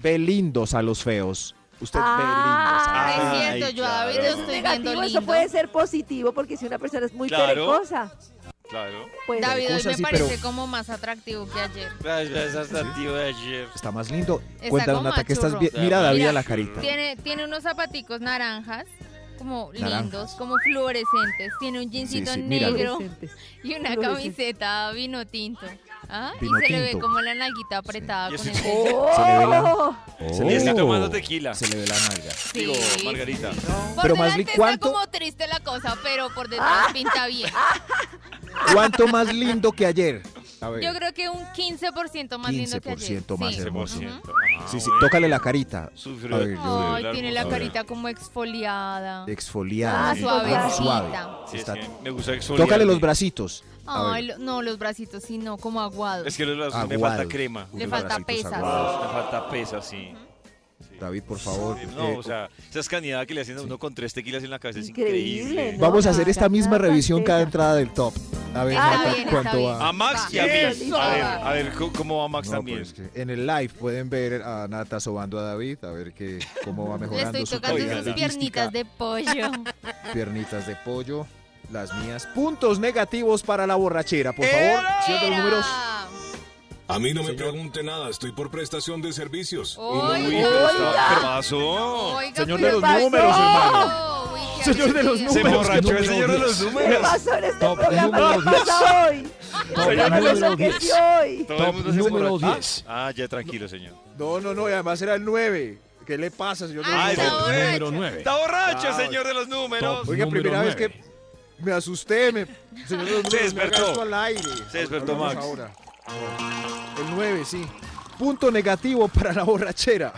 S6: Belindos a los feos. Usted ve
S3: Ah,
S6: lindos.
S3: es cierto, yo a David lo
S6: claro.
S3: estoy viendo
S4: Negativo,
S3: lindo.
S4: eso puede ser positivo porque si una persona es muy
S2: Claro.
S4: perezosa.
S2: Claro.
S4: Pues,
S3: David hoy
S6: cosa
S3: me
S6: así,
S3: parece
S6: pero-
S3: como más atractivo que ayer.
S2: Gracias, atractivo de ayer.
S6: Está más lindo.
S3: Está
S6: Cuéntame,
S3: como
S6: Nata, que estás
S3: machurro.
S6: bien. Mira a David
S3: Mira,
S6: a la carita.
S3: Tiene, tiene unos zapaticos naranjas, como
S6: Naranjas.
S3: lindos, como fluorescentes. Tiene un jeansito
S6: Sí, sí, míralo.
S3: negro y una
S4: Fluorescentes.
S3: camiseta vino tinto. ¿ah?
S6: Vino
S3: y se le ve
S6: tinto.
S3: como la nalguita apretada
S2: Y
S3: con
S2: ese-
S3: el
S6: Se le ve la-
S2: Se le está
S6: Oh.
S2: tomando tequila.
S6: Se le ve la nalga.
S2: Digo,
S3: Sí.
S2: Margarita.
S3: Por
S6: Pero más
S3: delante
S6: bien,
S3: está
S6: ¿cuánto? Ah.
S3: como triste la cosa, pero por detrás pinta bien.
S6: ¿Cuánto más lindo que ayer? A ver.
S3: Yo creo que un 15% más lindo que ayer.
S6: 15% más
S3: Sí.
S6: hermoso.
S2: Ah,
S6: Sí, sí,
S2: bueno.
S6: tócale la carita.
S2: Sufrió.
S6: A ver, yo-
S3: Ay, tiene la carita como exfoliada.
S6: Exfoliada.
S3: Ah,
S6: sí,
S3: suavecita.
S6: suave.
S2: Sí, es
S6: Está-
S2: que me gusta exfoliarme.
S6: Tócale los bracitos. A ver.
S3: Ay, lo- no, los bracitos, sí, no, como aguados.
S2: Es que los brazos me
S6: Aguados.
S2: falta crema.
S6: Unos
S3: Le falta
S6: bracitos
S3: pesas.
S6: aguados.
S2: Me falta pesa, sí.
S6: David, por favor.
S2: No,
S6: eh,
S2: o sea, esa escaneada que le hacen a uno con tres tequilas en la cabeza es
S4: Increíble,
S2: increíble.
S4: ¿no?
S6: Vamos a hacer esta
S4: Cada
S6: misma revisión cada
S4: pantalla.
S6: entrada del top. A ver,
S3: Está
S6: Nata,
S3: Ah, bien, está
S6: ¿cuánto
S3: bien.
S6: va?
S2: A Max y a mí.
S4: Eso.
S2: A ver, a ver co- cómo va Max
S6: No,
S2: también.
S6: pues, que en el live pueden ver a Nata sobando a David, a ver que, cómo va
S3: Le
S6: mejorando
S3: estoy
S6: su
S3: tocando
S2: calidad
S3: sus
S6: artística.
S3: piernitas de pollo.
S6: Piernitas de pollo, las mías. Puntos negativos para la borrachera, por favor. Señor de los números.
S3: Era.
S13: A mí no me pregunte nada, estoy por prestación de servicios.
S2: Uy,
S3: Oiga,
S2: pero está-
S4: Oiga.
S2: pero pasó.
S3: oiga,
S6: Señor
S3: pero
S6: de los
S3: pasó.
S6: números, hermano.
S3: Uy, qué
S6: Señor de los
S3: alegría.
S2: Se
S6: números,
S2: emborrachó el
S6: número
S2: señor de los
S6: 10.
S4: ¿Qué
S2: números.
S4: pasó en este
S12: Top
S6: pues,
S4: programa? ¿Qué
S12: número
S4: pasa hoy?
S12: Top
S4: ¿Qué pasó
S12: número
S4: que
S12: 10.
S4: sí hoy?
S2: Todo
S12: Top
S2: el mundo se
S12: número
S2: emborrachó.
S12: 10.
S2: Ah, ah, ya tranquilo, señor.
S6: No, no, no, y además era el 9. ¿Qué le pasa, señor de los
S2: Ah,
S6: números?
S2: está
S12: Top
S2: borracho.
S12: número 9.
S2: Está borracho,
S6: Ah,
S2: señor de los números.
S12: Top.
S6: Oiga,
S12: Número
S6: primera vez
S12: nueve.
S6: que me asusté, me, señor de los
S2: Se
S6: números, me
S2: despertó.
S6: agacho al aire.
S2: Se despertó
S6: Hablamos
S2: Max.
S6: ahora. El 9, sí. Punto negativo para la borrachera.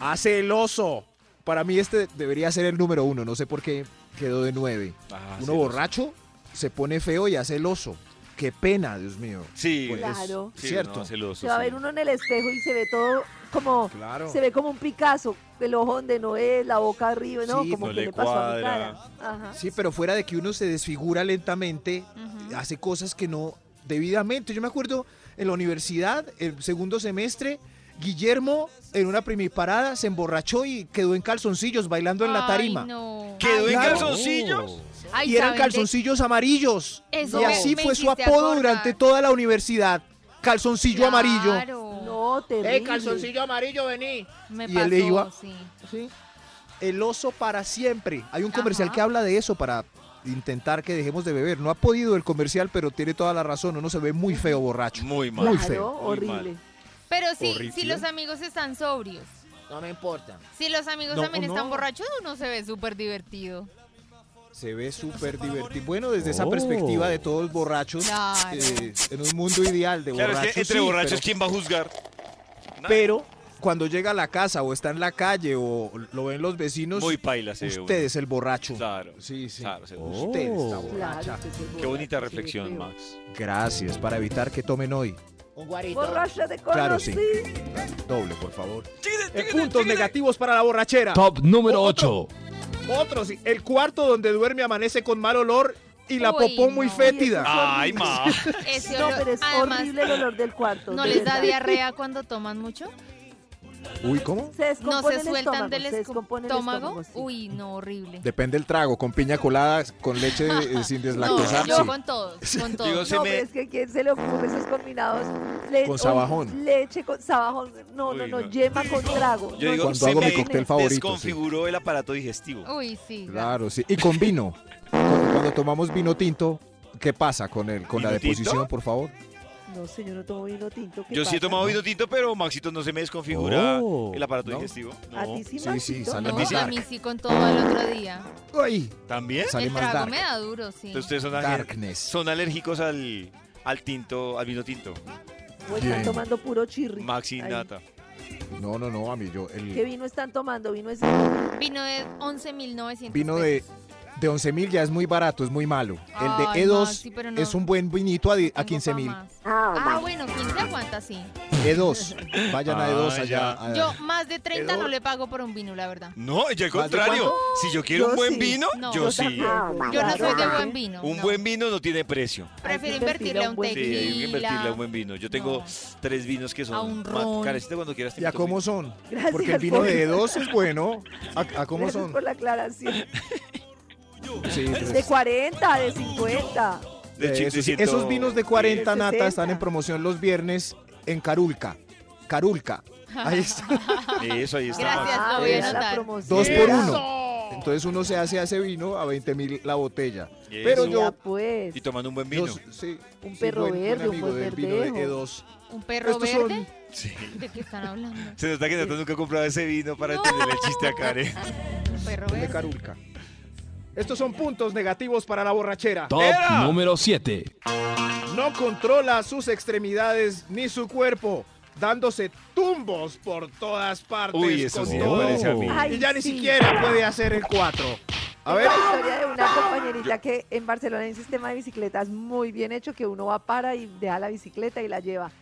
S6: Hace el oso. Para mí este debería ser el número uno, no sé por qué quedó de 9.
S2: Ah,
S6: Uno
S2: sí,
S6: borracho se pone feo y hace el oso. Qué pena, Dios mío.
S2: Sí,
S6: Pues,
S4: Claro.
S2: sí,
S6: cierto.
S2: no, celoso,
S4: Se va a
S2: sí.
S4: ver uno en el espejo y se ve todo como...
S6: Claro.
S4: Se ve como un Picasso, el ojo donde no es, la boca arriba, ¿no?
S6: Sí, pues,
S4: como
S2: no
S4: que
S2: le
S4: le, pasó a mi
S2: cuadra.
S4: cara. Ajá.
S6: Sí, pero fuera de que uno se desfigura lentamente,
S3: Ujú.
S6: hace cosas que no debidamente. Yo me acuerdo en la universidad, el segundo semestre, Guillermo en una primiparada se emborrachó y quedó en calzoncillos bailando en
S3: Ay,
S6: la tarima.
S3: no.
S2: ¿Quedó en
S6: Claro.
S2: calzoncillos?
S3: Ay,
S6: Y
S3: Ah,
S6: eran
S3: ¿saben de-
S6: calzoncillos amarillos.
S3: Eso
S6: y
S3: me-
S6: así
S3: me
S6: fue su
S3: hiciste
S6: apodo
S3: acordar.
S6: durante toda la universidad. Calzoncillo amarillo. Eh,
S3: Claro.
S4: No, terrible.
S6: amarillo, vení!
S3: Me
S6: Y él le iba-
S3: pasó, sí.
S6: ¿sí? El oso para siempre. Hay un comercial
S3: Ajá.
S6: que habla de eso para intentar que dejemos de beber. No ha podido el comercial, pero tiene toda la razón. Uno se ve muy feo borracho.
S2: Muy mal.
S6: Muy
S4: Claro,
S6: feo.
S2: muy mal.
S4: horrible.
S3: Pero sí,
S2: Horrible.
S3: si los amigos están sobrios.
S6: No me importa.
S3: Si los amigos
S6: No,
S3: también están
S6: no.
S3: borrachos, uno se ve súper divertido.
S6: Se ve súper divertido. Bueno, desde esa
S12: Oh.
S6: perspectiva de todos borrachos,
S3: Claro.
S6: eh, en un mundo ideal de
S2: Claro,
S6: borrachos.
S2: es que entre
S6: sí,
S2: borrachos,
S6: pero-
S2: ¿quién va a juzgar?
S6: pero cuando llega a la casa o está en la calle o lo ven los vecinos,
S2: Muy paila se ve uno.
S6: usted es el borracho.
S2: Claro.
S6: Sí, sí.
S2: Claro, se-
S6: Usted está
S12: Oh.
S6: borracha.
S4: usted se
S2: Qué
S4: borracha,
S2: bonita
S4: sí,
S2: reflexión,
S4: feo.
S2: Max.
S6: Gracias, para evitar que tomen hoy.
S4: Borracha de conocí.
S6: Claro, sí. Doble, por favor. Eh, puntos negativos para la borrachera.
S12: Top número
S6: Otro.
S12: 8.
S6: Otro, sí. El cuarto donde duerme amanece con mal olor y la
S3: Uy,
S6: popó
S3: no.
S6: muy
S3: Uy,
S6: fétida.
S2: Ay, Max.
S3: Ese
S4: No,
S3: olor-
S4: pero es
S3: además,
S4: horrible el olor del cuarto.
S3: ¿no
S4: de
S3: les da
S4: verdad.
S3: diarrea cuando toman mucho?
S6: Uy, ¿cómo?
S4: Se
S3: ¿No
S4: descompone
S3: se
S4: el
S3: sueltan
S4: estómago,
S3: del
S4: se descompone el
S3: estómago?
S4: sí.
S3: Uy, no, horrible.
S6: Depende el trago, con piña colada, con leche eh, sin
S3: No,
S6: deslactosar.
S3: yo
S6: sí.
S3: con todos, con
S2: Digo,
S3: todos.
S2: se
S4: no,
S2: me-
S4: pero es que ¿quién se le ocurre esos combinados? Le-
S6: Con
S4: o
S6: sabajón.
S4: Leche con sabajón. No,
S2: Uy,
S4: no, no,
S2: no.
S4: Yema con trago.
S2: Yo
S4: No,
S2: digo,
S4: no,
S6: Cuando
S2: se
S6: hago
S2: me
S6: mi cóctel favorito, sí.
S2: desconfiguró el aparato digestivo.
S3: Uy, sí.
S6: Claro, sí. Y con vino. Cuando cuando tomamos vino tinto, ¿qué pasa con el, con la
S2: ¿Vino tinto?
S6: deposición, por favor?
S4: No, señor, no tomo vino tinto. ¿qué
S2: Yo sí he
S4: pasa?
S2: tomado vino tinto, pero Maxito no se me desconfigura
S12: Oh,
S2: el aparato
S6: ¿no?
S2: digestivo.
S4: A
S2: No.
S4: ti sí,
S6: Sí, sí,
S4: Maxito?
S6: sale
S3: No,
S6: más
S3: a
S6: dark.
S3: mí sí con todo el otro día.
S6: ¡Ay!
S2: ¿También?
S6: Sale
S3: el
S6: más
S3: trago
S6: dark.
S3: me da duro, sí.
S2: Entonces ustedes son, aler-
S6: Darkness.
S2: son alérgicos al, al tinto, al vino tinto.
S4: O están
S6: Bien.
S4: tomando puro chirri.
S2: Maxi
S4: Ay,
S2: Nata.
S6: No, no, no, a mí yo. El
S4: ¿Qué vino están tomando? Vino es
S3: Vino de 11.900
S6: vino de,
S3: pesos.
S6: de 11 mil ya es muy barato, es muy malo. El de
S3: Ay,
S6: E2
S3: no, sí, pero no.
S6: es un buen vinito a, di- a 15 mil.
S3: Ah, bueno, ¿quién se aguanta así?
S6: E2, E vayan a E2
S2: Ah,
S6: allá. a-
S3: Yo más de 30 no le pago por un vino, la verdad.
S2: No, yo al
S6: ¿Más de
S2: contrario.
S6: cuánto?
S2: Si yo quiero
S6: Yo
S2: un buen
S6: sí.
S2: vino,
S3: No.
S2: yo
S3: Yo
S2: sí.
S3: tampoco. Yo no soy de buen vino,
S2: Un buen vino no tiene precio.
S3: Prefiero invertirle a un
S2: Sí, hay que invertirle a un
S3: Pues tequila.
S2: buen vino. Yo tengo tres vinos que son.
S3: A un
S2: ma-
S3: ron.
S2: Karencita, cuando quieras. te
S6: ¿Y a
S2: invito un
S6: cómo
S2: vino.
S6: son?
S4: Gracias
S6: Porque el vino
S4: por-
S6: de E2 es bueno. ¿A, a cómo
S4: Gracias
S6: son?
S4: por la aclaración.
S6: Sí,
S4: De 40, de 50.
S2: De
S6: Eh,
S2: chi-
S6: esos,
S2: de ciento-
S6: esos vinos de 40
S4: de
S6: nata
S4: 60.
S6: están en promoción los viernes en Carulca. Carulca. Ahí está.
S2: Eso, ahí está.
S3: Gracias, lo voy
S6: Es
S3: a anotar.
S6: Dos por uno. Entonces uno se hace a ese vino a 20 mil la botella.
S2: Eso.
S6: Pero
S4: Mira,
S6: yo,
S4: pues,
S2: Y tomando un buen
S6: yo
S2: vino.
S6: sí,
S4: un
S6: soy
S4: perro
S6: buen- buen
S4: verde, un
S6: amigo
S4: buen
S6: del vino de E
S4: verdejo.
S6: E2.
S3: ¿Un perro
S6: Estos son-
S3: verde?
S2: Sí.
S3: ¿De qué están hablando?
S2: Se nota que Nata nunca ha comprado ese vino para entender el chiste a Karen.
S3: Un perro
S6: de
S3: verde.
S6: Carulca. Estos son puntos negativos para la borrachera.
S12: Top
S6: ¡Era!
S12: número 7.
S6: No controla sus extremidades ni su cuerpo, dándose tumbos por todas partes.
S2: Uy, eso
S6: con
S2: sí me
S6: todo.
S2: parece a mí.
S4: Ay,
S6: Y ya ni
S4: sí.
S6: siquiera puede hacer el 4. A ver,
S4: la historia de una compañerita que en Barcelona hay un sistema de bicicletas muy bien hecho que uno va para y deja la bicicleta y la lleva.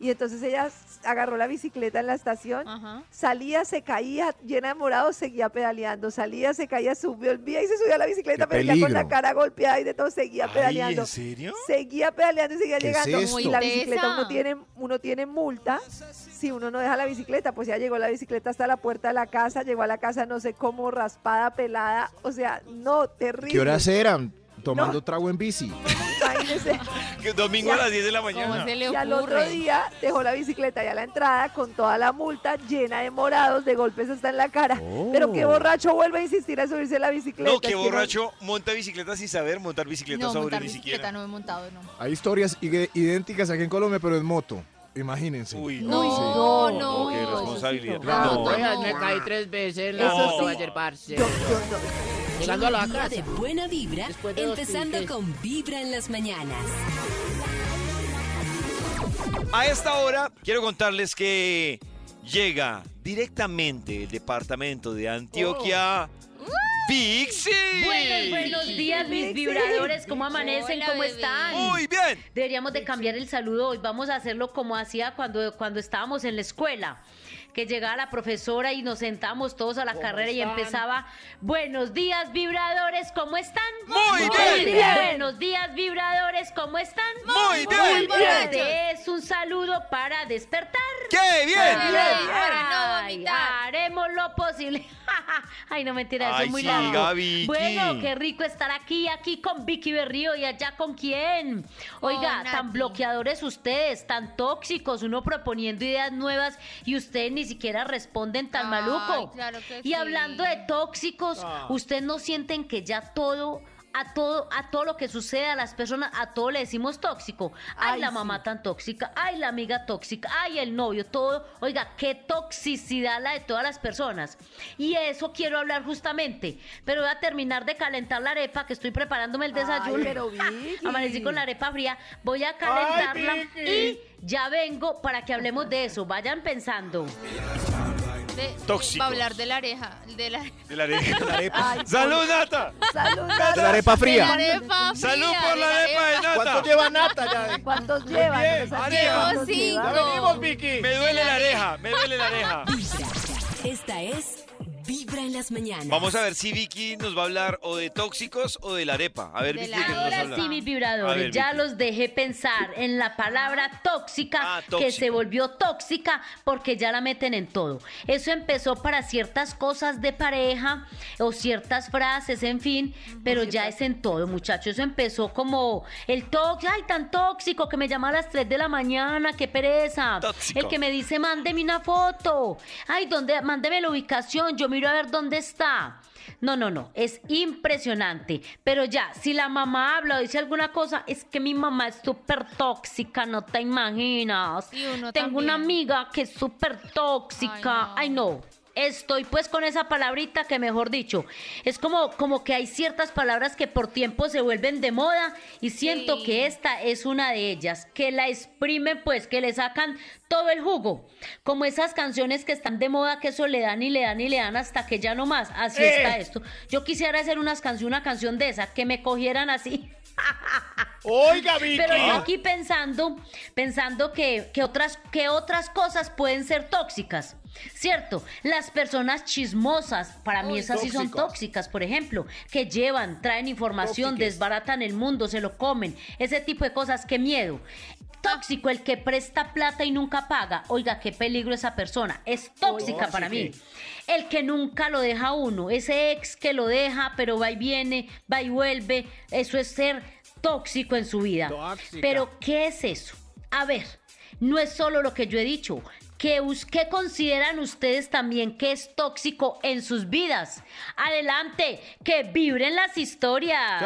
S4: Y entonces ella s- agarró la bicicleta en la estación,
S3: Ajá.
S4: salía, se caía, llena de morado, seguía pedaleando, salía, se caía, subió el vía y se subió a la bicicleta,
S6: ¡Qué
S4: pero ya con la
S6: peligro!
S4: cara golpeada y de todo, seguía
S2: Ay,
S4: pedaleando.
S2: ¿En serio?
S4: Seguía pedaleando y seguía
S6: ¿Qué es
S4: llegando.
S6: esto?
S4: y la
S3: Muy
S4: bicicleta
S3: tesa.
S4: uno tiene, uno tiene multa si uno no deja la bicicleta. Pues ya llegó la bicicleta hasta la puerta de la casa, llegó a la casa no sé cómo, raspada, pelada. O sea, no, terrible.
S6: ¿qué horas eran? Tomando
S4: No.
S6: trago en bici.
S4: Imagínese.
S2: Que domingo a las 10 de la mañana.
S3: ¿Cómo se le
S4: Y
S3: ocurre?
S4: al otro día dejó la bicicleta ya a la entrada con toda la multa llena de morados, de golpes hasta en la cara. Pero
S6: Oh.
S4: qué borracho vuelve a insistir a subirse a la bicicleta.
S2: No,
S4: Es
S2: que borracho monta bicicleta sin saber montar bicicleta
S3: No,
S2: sobre
S3: montar
S2: ni
S3: bicicleta
S2: siquiera.
S3: no he montado, no.
S6: Hay historias ide- idénticas aquí en Colombia, pero en moto. Imagínense.
S2: Uy,
S3: No,
S2: sí.
S3: no,
S2: No, qué responsabilidad. No.
S14: Oigan, me caí tres veces en la
S2: Eso
S14: moto
S2: sí.
S14: ayer, parce.
S4: Yo, yo no.
S14: Llegando a la
S1: Un día
S14: casa.
S1: de buena vibra,
S14: Después de dos
S1: empezando
S14: pinches.
S1: con Vibra en las mañanas.
S2: A esta hora quiero contarles que llega directamente el departamento de Antioquia. Pixi.
S15: Buenos, buenos días, mis vibradores. ¿Cómo amanecen?
S3: Hola,
S15: ¿Cómo
S3: bebé.
S15: están?
S2: Muy bien.
S15: Deberíamos de cambiar el saludo hoy. Vamos a hacerlo como hacía cuando, cuando estábamos en la escuela. Que llegaba la profesora y nos sentamos todos a la carrera y empezaba. Buenos días, vibradores, ¿cómo están?
S2: Muy bien.
S15: Buenos días, vibradores, ¿cómo están?
S2: Muy bien.
S3: bien.
S15: Este es un saludo para despertar.
S2: ¡Qué bien!
S3: Para no
S15: Ay,
S3: vomitar.
S15: haremos lo posible. Ay, no mentira, eso
S2: Ay,
S15: es muy
S2: sí,
S15: largo.
S2: Gaby,
S15: bueno,
S2: Vicky.
S15: qué rico estar aquí, aquí con Vicky Berrío y allá con quién. Oiga,
S3: Con Nati.
S15: tan bloqueadores ustedes, tan tóxicos, uno proponiendo ideas nuevas y ustedes ni siquiera responden tan
S3: Ay,
S15: maluco.
S3: claro que
S15: y
S3: sí.
S15: hablando de tóxicos,
S4: Ah.
S15: ustedes no sienten que ya todo a todo a todo lo que sucede a las personas a todo le decimos tóxico ay,
S4: Ay,
S15: la
S4: sí.
S15: mamá tan tóxica ay la amiga tóxica ay el novio todo oiga qué toxicidad la de todas las personas y eso quiero hablar justamente pero voy a terminar de calentar la arepa que estoy preparándome el
S4: Ay,
S15: desayuno
S4: pero Vicky.
S15: amanecí con la arepa fría voy a calentarla y ya vengo para que hablemos de eso vayan pensando
S3: De-
S2: Tóxicos.
S3: Va a hablar de la oreja. De la,
S2: De la arepa.
S4: Ay,
S2: ¡Salud, Nata!
S4: Salud,
S6: La arepa
S3: de la
S6: fría.
S3: arepa.
S2: ¡Salud
S3: fría,
S2: por
S3: de
S2: la arepa de
S6: ¿Cuánto
S2: Nata!
S6: lleva Nata ya?
S4: ¿Cuántos llevan?
S6: bien,
S4: No sabía
S2: arriba.
S4: cuántos
S3: Llevo cinco.
S4: llevan.
S6: Venimos, Vicky.
S2: Me duele la oreja, me duele la oreja.
S1: Vibra. Esta es Vibra en las mañanas.
S2: Vamos a ver si Vicky nos va a hablar o de tóxicos o de la arepa. A ver,
S3: De
S2: Vicky,
S3: la
S2: ¿qué nos
S15: Ahora
S2: habla?
S15: sí, mis
S2: A
S15: vibradores,
S2: ver,
S15: ya
S2: Vicky.
S15: los dejé pensar en la palabra tóxica,
S2: Ah, tóxica.
S15: que se volvió tóxica porque ya la meten en todo. Eso empezó para ciertas cosas de pareja o ciertas frases, en fin, pero ya es en todo, muchachos. Eso empezó como el tóxico, ay, tan tóxico que me llama a las 3 de la mañana, qué pereza.
S2: Tóxico.
S15: El que me dice, mándeme una foto. Ay, ¿dónde? Mándeme la ubicación, yo miro a ver dónde está. No, no, no, es impresionante. Pero ya, si la mamá habla o dice alguna cosa, es que mi mamá es súper tóxica, no te imaginas.
S3: Y uno
S15: Tengo una
S3: también.
S15: amiga que es súper tóxica. Ay, no. Estoy pues con esa palabrita que mejor dicho, es como, como que hay ciertas palabras que por tiempo se vuelven de moda y siento que esta es una de ellas, que la exprimen pues, que le sacan todo el jugo, como esas canciones que están de moda que eso le dan y le dan y le dan hasta que ya no más, así
S12: ¡Eh!
S15: está esto. Yo quisiera hacer unas canción, una canción de esa, que me cogieran así.
S12: Oiga, Vicky.
S15: Pero yo aquí pensando, pensando que, que otras, que otras cosas pueden ser tóxicas. Cierto, las personas chismosas, para mí
S16: Uy,
S15: esas sí son
S16: tóxicas.
S15: tóxicas, por ejemplo, que llevan, traen información,
S16: Tóxicas.
S15: desbaratan el mundo, se lo comen, ese tipo de cosas, qué miedo. Tóxico, el que presta plata y nunca paga. Oiga, qué peligro esa persona. Es tóxica
S16: Tóxica.
S15: para mí. El que nunca lo deja a uno, ese ex que lo deja, pero va y viene, va y vuelve, eso es ser tóxico en su vida.
S16: Tóxica.
S15: Pero, ¿qué es eso? A ver, no es solo lo que yo he dicho. ¿Qué, us- qué consideran ustedes también que es tóxico en sus vidas? Adelante, que vibren las historias.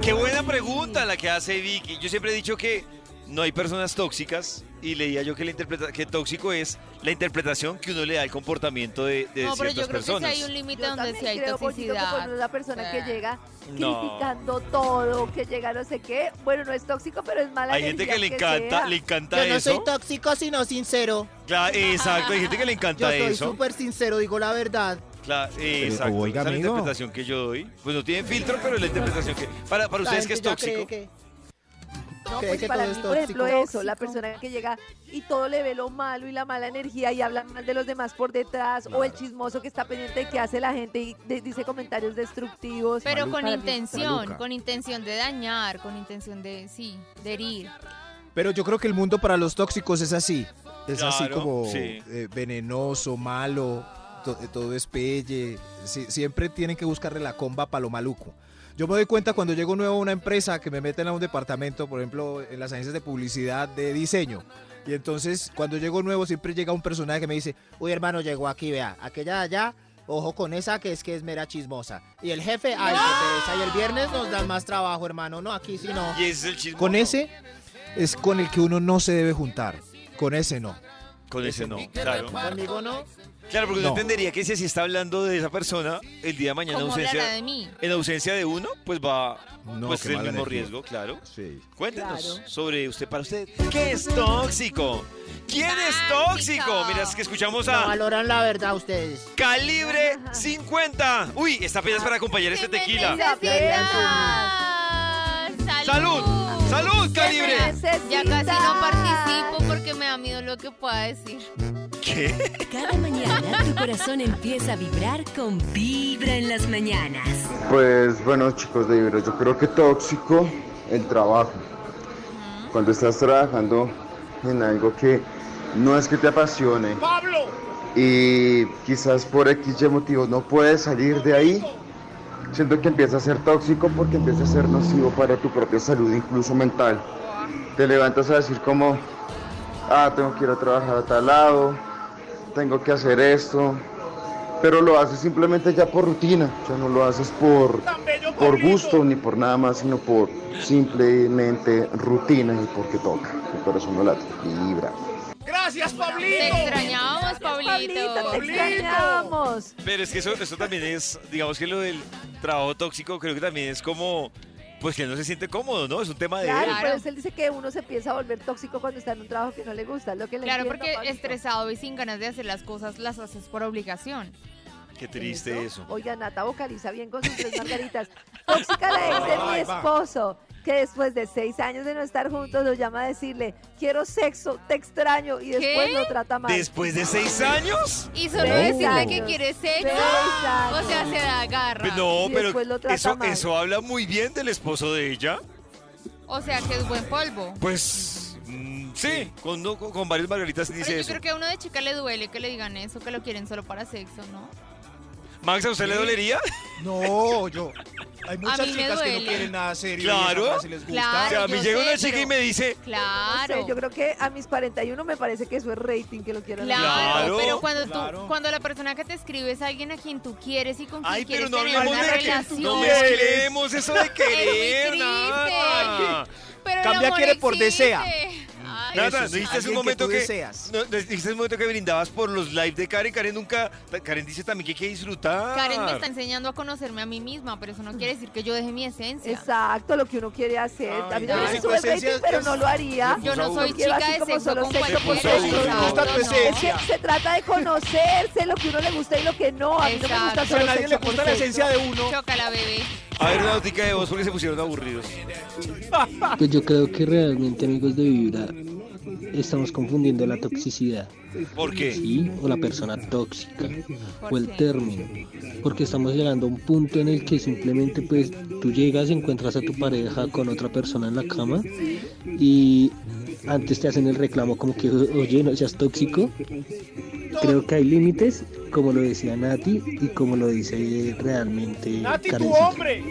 S2: Qué buena pregunta la que hace Vicky. Yo siempre he dicho que no hay personas tóxicas y leía yo que, la interpreta que tóxico es la interpretación que uno le da al comportamiento de, de
S3: No, pero yo
S2: ciertas
S3: creo que sí
S2: personas.
S3: hay un límite
S4: Yo
S3: donde
S4: también
S3: sí hay
S4: creo, Pollito, que
S3: toxicidad.
S4: cuando la persona que
S3: Ah.
S4: llega
S2: No.
S4: criticando todo, que llega no sé qué, bueno, no es tóxico, pero es mala
S2: Hay gente que le
S4: energía
S2: encanta,
S4: sea.
S2: le encanta eso.
S17: tóxico, sino sincero.
S2: Claro, exacto, hay gente que le encanta eso.
S17: sincero, digo la verdad.
S2: Claro, exacto.
S11: oiga,
S2: Esa es la
S11: amigo.
S2: interpretación que yo doy. Pues no tienen filtro, pero es la interpretación que. Para, para ustedes, ¿qué es tóxico?
S4: No,
S17: cree
S4: pues
S17: que
S4: para
S17: todo
S4: mí,
S17: es
S4: por ejemplo,
S17: tóxico.
S4: eso, la persona que llega y todo le ve lo malo y la mala energía y habla mal de los demás por detrás, o el chismoso que está pendiente de qué hace la gente y de- dice comentarios destructivos.
S3: Pero con
S4: Para mí-
S3: intención, con intención de dañar, con intención de, sí, de herir.
S6: Pero yo creo que el mundo para los tóxicos es así. Es así
S2: Claro,
S6: como
S2: sí.
S6: eh, venenoso, malo, to- eh, todo es pelle. Sí, siempre tienen que buscarle la comba para lo maluco. Yo me doy cuenta cuando llego nuevo a una empresa que me meten a un departamento, por ejemplo, en las agencias de publicidad de diseño. Y entonces, cuando llego nuevo, siempre llega un personaje que me dice,
S17: Uy, hermano, llegó aquí, vea. Aquella de allá, ojo con esa que es que es mera chismosa. Y el jefe, ay, qué pereza. Y el viernes nos dan más trabajo, hermano. No, aquí sí no.
S2: Y ese es el chisme.
S6: con ese es con el que uno no se debe juntar. Con ese no.
S2: Con ese no, claro.
S17: Conmigo no.
S2: Claro, porque uno
S6: No.
S2: entendería que si así está hablando de esa persona, el día de mañana
S3: ¿Cómo
S2: ausencia,
S3: hablará de mí?
S2: en ausencia de uno, pues va
S6: No,
S2: pues
S6: qué
S2: el
S6: mala
S2: mismo
S6: energía.
S2: riesgo, claro.
S6: Sí.
S2: Cuéntenos
S6: Claro.
S2: sobre usted, para usted, ¿qué es tóxico? ¿Quién es tóxico? Mira, es que escuchamos
S17: No
S2: a
S17: valoran la verdad ustedes.
S2: Calibre 50. Uy, esta apenas para acompañar este tequila. ¡Salud! ¡Salud, Calibre!
S3: Ya casi no participo porque me da miedo lo que pueda decir.
S2: ¿Qué?
S1: Cada mañana tu corazón empieza a vibrar con Vibra en las mañanas.
S18: Pues bueno chicos de Ibero, yo creo que tóxico el trabajo. Cuando estás trabajando en algo que no es que te apasione
S12: ¡Pablo!
S18: y quizás por X motivo no puedes salir de ahí, siento que empieza a ser tóxico porque empieza a ser nocivo para tu propia salud, incluso mental. Te levantas a decir como, ah, tengo que ir a trabajar a tal lado, tengo que hacer esto, pero lo haces simplemente ya por rutina, o sea, no lo haces por, por gusto ni por nada más, sino por simplemente rutina y porque toca, el corazón no late, vibra.
S12: Gracias, Pablito.
S3: Te extrañábamos, Pablito.
S4: Pablito, te extrañamos.
S2: Pero es que eso, eso también es, digamos que lo del trabajo tóxico, creo que también es como, pues que él no se siente cómodo, ¿no? Es un tema de él.
S4: Claro,
S3: pues,
S4: pero él dice que uno se empieza a volver tóxico cuando está en un trabajo que no le gusta, lo que le
S3: Claro,
S4: entiendo,
S3: porque
S4: Pablito.
S3: estresado y sin ganas de hacer las cosas las haces por obligación.
S2: Qué triste eso.
S4: Oiga, Nata vocaliza bien con sus tres margaritas. Tóxica la ex de mi
S2: Ay, va.
S4: esposo, que después de seis años de no estar juntos lo llama a decirle, quiero sexo, te extraño, y después lo trata mal.
S2: ¿Después de seis años?
S3: Y solo decirle que quiere sexo.
S4: Seis
S3: O sea, se da garra.
S2: Pues No, pero
S3: después lo trata
S2: eso,
S3: mal.
S2: eso habla muy bien del esposo de ella.
S3: O sea, que es buen polvo.
S2: Pues mm, sí, con, no- con varias margaritas dice
S3: Pero yo
S2: eso.
S3: creo que a uno de chica le duele que le digan eso, que lo quieren solo para sexo, ¿no?
S2: Max, ¿a usted le dolería?
S11: No, yo. Hay
S3: A
S11: muchas
S3: mí me
S11: chicas que no
S3: duele.
S11: quieren nada serio.
S2: Claro.
S11: Y esa frase les gusta.
S2: Claro, O sea, a mí yo llega sé, una chica y pero- me dice-
S3: Claro.
S4: No sé, yo creo que a mis 41 me parece que eso es rating, que lo quiero
S3: Claro,
S2: Claro.
S3: pero cuando
S2: Claro.
S3: tú, cuando la persona que te escribe es alguien a quien tú quieres y con quien
S2: Ay, pero
S3: quieres
S2: no
S3: tener
S2: hablemos
S3: una
S2: de que
S3: relación.
S2: no mezclemos eso de
S3: Es muy
S2: querer,
S3: triste.
S2: nada.
S3: Pero el
S11: Cambia
S3: amor
S11: quiere por
S3: existe.
S11: desea.
S3: Ah,
S2: Nata,
S5: Eso
S2: ¿no
S5: sí,
S2: dijiste hace un
S5: alguien que
S2: momento
S5: tú
S2: que,
S5: deseas.
S2: no, no dijiste hace un momento que brindabas por los live de Karen? Karen nunca. Karen dice también que hay que disfrutar.
S3: Karen me está enseñando a conocerme a mí misma, pero eso no quiere decir que yo deje mi esencia.
S4: Exacto, lo que uno quiere hacer. a mí también
S3: Ay,
S4: me sube el
S3: esencia
S4: rating,
S3: es-
S4: pero no lo haría.
S3: Yo no soy
S4: quiero
S3: chica
S4: así
S3: de
S4: como
S3: sexo
S4: solo
S3: con
S4: sexo
S3: cualquiera,
S4: con
S3: no,
S4: otro.
S3: no, Gusta tu no.
S4: Es que
S3: esencia.
S4: se trata de conocerse, lo que uno le gusta y lo que no. A mí no me gusta
S3: Exacto.
S4: solo
S3: A nadie
S4: sexo
S3: le
S4: por
S3: gusta la
S4: sexo.
S3: esencia de uno. Chócala, bebé.
S2: A ver, una notica de voz porque se pusieron aburridos.
S16: Pues yo creo que realmente, amigos de Vibra, estamos confundiendo la toxicidad.
S2: ¿Por qué?
S16: Sí, o la persona tóxica, o el término. Porque estamos llegando a un punto en el que simplemente, pues, tú llegas y encuentras a tu pareja con otra persona en la cama y antes te hacen el reclamo como que, oye, no seas tóxico. Creo que hay límites, como lo decía Nati y como lo dice realmente
S12: Nati, tu
S16: Karencita.
S12: hombre.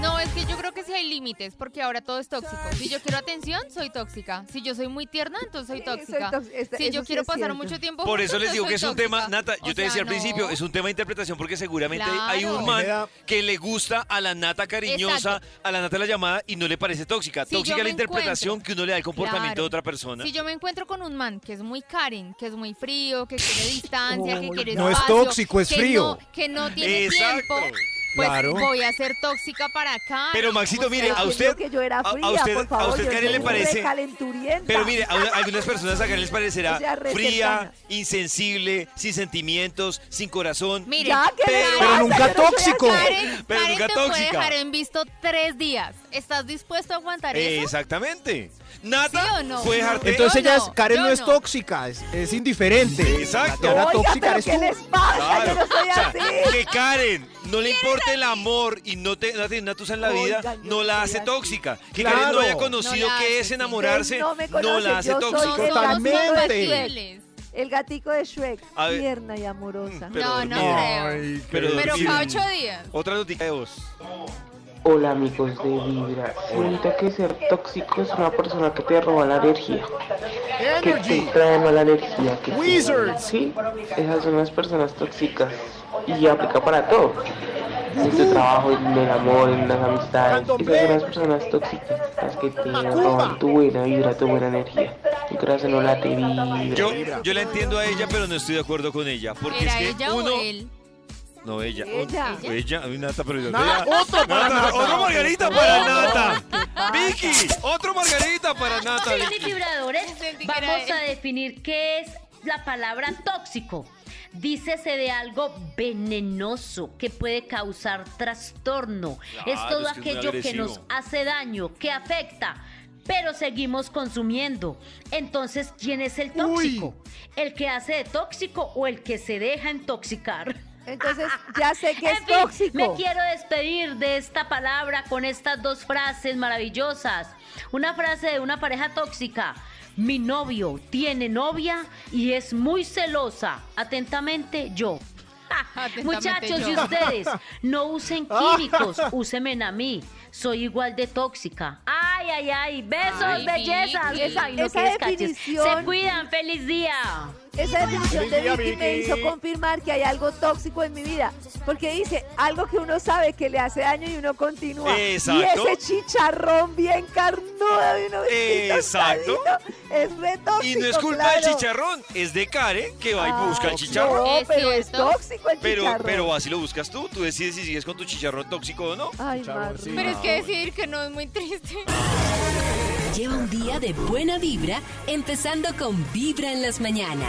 S3: No, es que yo creo que sí hay límites, porque ahora todo es tóxico. Si yo quiero atención, soy tóxica. Si yo soy muy tierna, entonces soy tóxica.
S4: tóxica. Esta-
S3: Si
S4: eso
S3: yo
S4: sí
S3: quiero
S4: es
S3: pasar
S4: cierto.
S3: mucho tiempo
S2: Por eso
S3: juntos,
S2: les digo
S3: soy
S2: que es un
S3: tóxica.
S2: tema, Nata, yo
S3: O
S2: te
S3: sea,
S2: decía al
S3: no.
S2: principio, es un tema de interpretación porque seguramente hay un
S3: Claro.
S2: man
S3: Me da-
S2: que le gusta a la Nata cariñosa,
S3: Exacto.
S2: a la Nata la llamada y no le parece tóxica.
S3: Si yo
S2: tóxica
S3: me
S2: la interpretación
S3: encuentro-
S2: que uno le da al comportamiento
S3: Claro.
S2: de otra persona.
S3: Si yo me encuentro con un man que es muy Karen, que es muy frío, que quiere distancia, que quiere
S2: No es
S3: espacio,
S2: tóxico, es
S3: que
S2: frío.
S3: no- que no tiene
S2: Exacto.
S3: tiempo, pues
S2: Claro.
S3: voy a ser tóxica para Karen.
S2: Pero, Maxito,
S3: O
S2: mire,
S3: sea,
S2: a usted- que yo era a- a fría, usted- por favor, a usted, yo Karen, soy le parece-
S4: recalenturienta.
S2: Pero mire, a, una- a algunas personas a Karen les parecerá
S4: O sea, re
S2: fría,
S4: cercana.
S2: insensible, sin sentimientos, sin corazón.
S3: Mire, Ya, ¿qué le pasa?
S2: pero,
S3: Pero nunca Yo no soy
S2: tóxico.
S3: Karen,
S2: pero
S3: Karen
S2: nunca
S3: te puede
S2: tóxica.
S3: dejar en visto tres días. ¿Estás dispuesto a aguantar
S2: Eh,
S3: eso?
S2: Exactamente. Nata
S3: ¿Sí o no?
S2: puede dejarte.
S17: Entonces ella es, Karen
S3: yo
S17: no es
S3: no.
S17: tóxica, es, es indiferente.
S2: Exacto.
S17: La Diana
S2: Oiga,
S17: tóxica
S2: pero
S17: eres
S2: ¿qué
S17: tú.
S2: les
S4: pasa? Yo no soy
S2: O sea,
S4: así.
S2: que Karen no le importa el amor y no te no tiene una tusa en la vida, no la hace tóxica. Que Karen no
S17: Claro.
S2: haya conocido
S4: No la
S2: qué
S4: hace,
S2: es
S4: sí. Ustedes
S2: enamorarse,
S4: no
S2: no,
S4: me conocen,
S2: la hace
S4: yo soy
S2: tóxica.
S4: de los más
S17: Totalmente.
S4: compatibles. El gatico de Shrek,
S2: A ver. Mm,
S4: tierna y amorosa.
S2: Pero
S3: No, no
S2: dormida.
S3: creo.
S2: Ay,
S3: Pero,
S2: dormida.
S3: cada ocho días.
S2: Otra notica de voz.
S19: Hola amigos de Vibra, siento que ser tóxico es una persona que te roba la energía, que te trae mala energía, que te-
S12: Wizards.
S19: Sí, esas son las personas tóxicas y aplica para todo, en tu trabajo, en el amor, en las amistades, esas son las personas tóxicas, las que te roban tu buena vibra, tu buena energía, tu corazón no late vibra.
S2: Yo, yo la entiendo a ella, pero no estoy de acuerdo con ella. Porque
S3: ¿Era
S2: es que
S3: ella
S2: uno.
S3: o él?
S2: No, ella.
S3: Ella.
S2: Un- ella. Ay, Nata, pero yo-
S12: Nada,
S2: ella-
S12: otro para Nata.
S2: Otro margarita
S12: No,
S2: para
S12: no,
S2: Nata. Vicky, otro margarita para Nata.
S15: Señores
S2: Vicky.
S15: vibradores, ¿eh? vamos a definir qué es la palabra tóxico. Dícese de algo venenoso que puede causar trastorno.
S20: Claro,
S15: es todo
S20: es que es muy
S15: aquello que
S20: agresivo.
S15: nos hace daño, que afecta, pero seguimos consumiendo. Entonces, ¿quién es el tóxico? ¿El que hace de tóxico o el que se deja intoxicar?
S4: Entonces, ya sé que es
S15: En fin,
S4: tóxico.
S15: Me quiero despedir de esta palabra con estas dos frases maravillosas. Una frase de una pareja tóxica. Mi novio tiene novia y es muy celosa. Atentamente yo. Muchachos, y
S20: yo.
S15: ustedes, no usen
S4: Ah.
S15: químicos, úsenme a mí. Soy igual de tóxica. Ay, ay, ay. Besos,
S20: Ay,
S15: bellezas.
S20: Vicky.
S15: Ay, no,
S4: Esa
S15: que descaches. Se
S4: definición-
S15: cuidan. Feliz día.
S4: Esa definición de
S15: Feliz día,
S4: Vicky me
S15: Vicky.
S4: hizo confirmar que hay algo tóxico en mi vida, porque dice algo que uno sabe que le hace daño y uno continúa.
S2: Exacto.
S4: Y ese chicharrón bien carnudo de uno
S2: Exacto.
S4: es re tóxico.
S2: Y no es culpa
S4: claro.
S2: del chicharrón, es de Karen que va y
S4: Ah,
S2: busca el
S4: no,
S2: chicharrón.
S4: pero es tóxico el
S2: Pero,
S4: chicharrón.
S2: pero así lo buscas tú, tú decides si sigues con tu chicharrón tóxico o no.
S4: Ay,
S3: Pero es que decir que no es muy triste.
S1: Lleva un día de buena vibra, empezando con Vibra en las mañanas.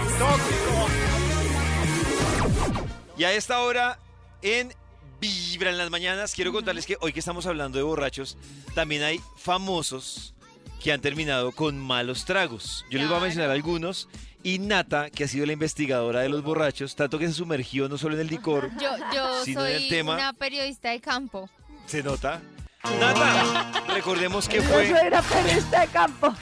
S2: Y a esta hora en Vibra en las mañanas, quiero contarles que hoy que estamos hablando de borrachos, también hay famosos que han terminado con malos tragos. Yo les voy a mencionar algunos. Y Nata, que ha sido la investigadora de los borrachos, tanto que se sumergió no solo en el licor,
S3: Yo, yo
S2: sino en el
S3: soy
S2: tema.
S3: una periodista de campo.
S2: ¿Se nota? Nata, recordemos que
S4: Yo soy
S2: fue,
S4: una periodista de campo.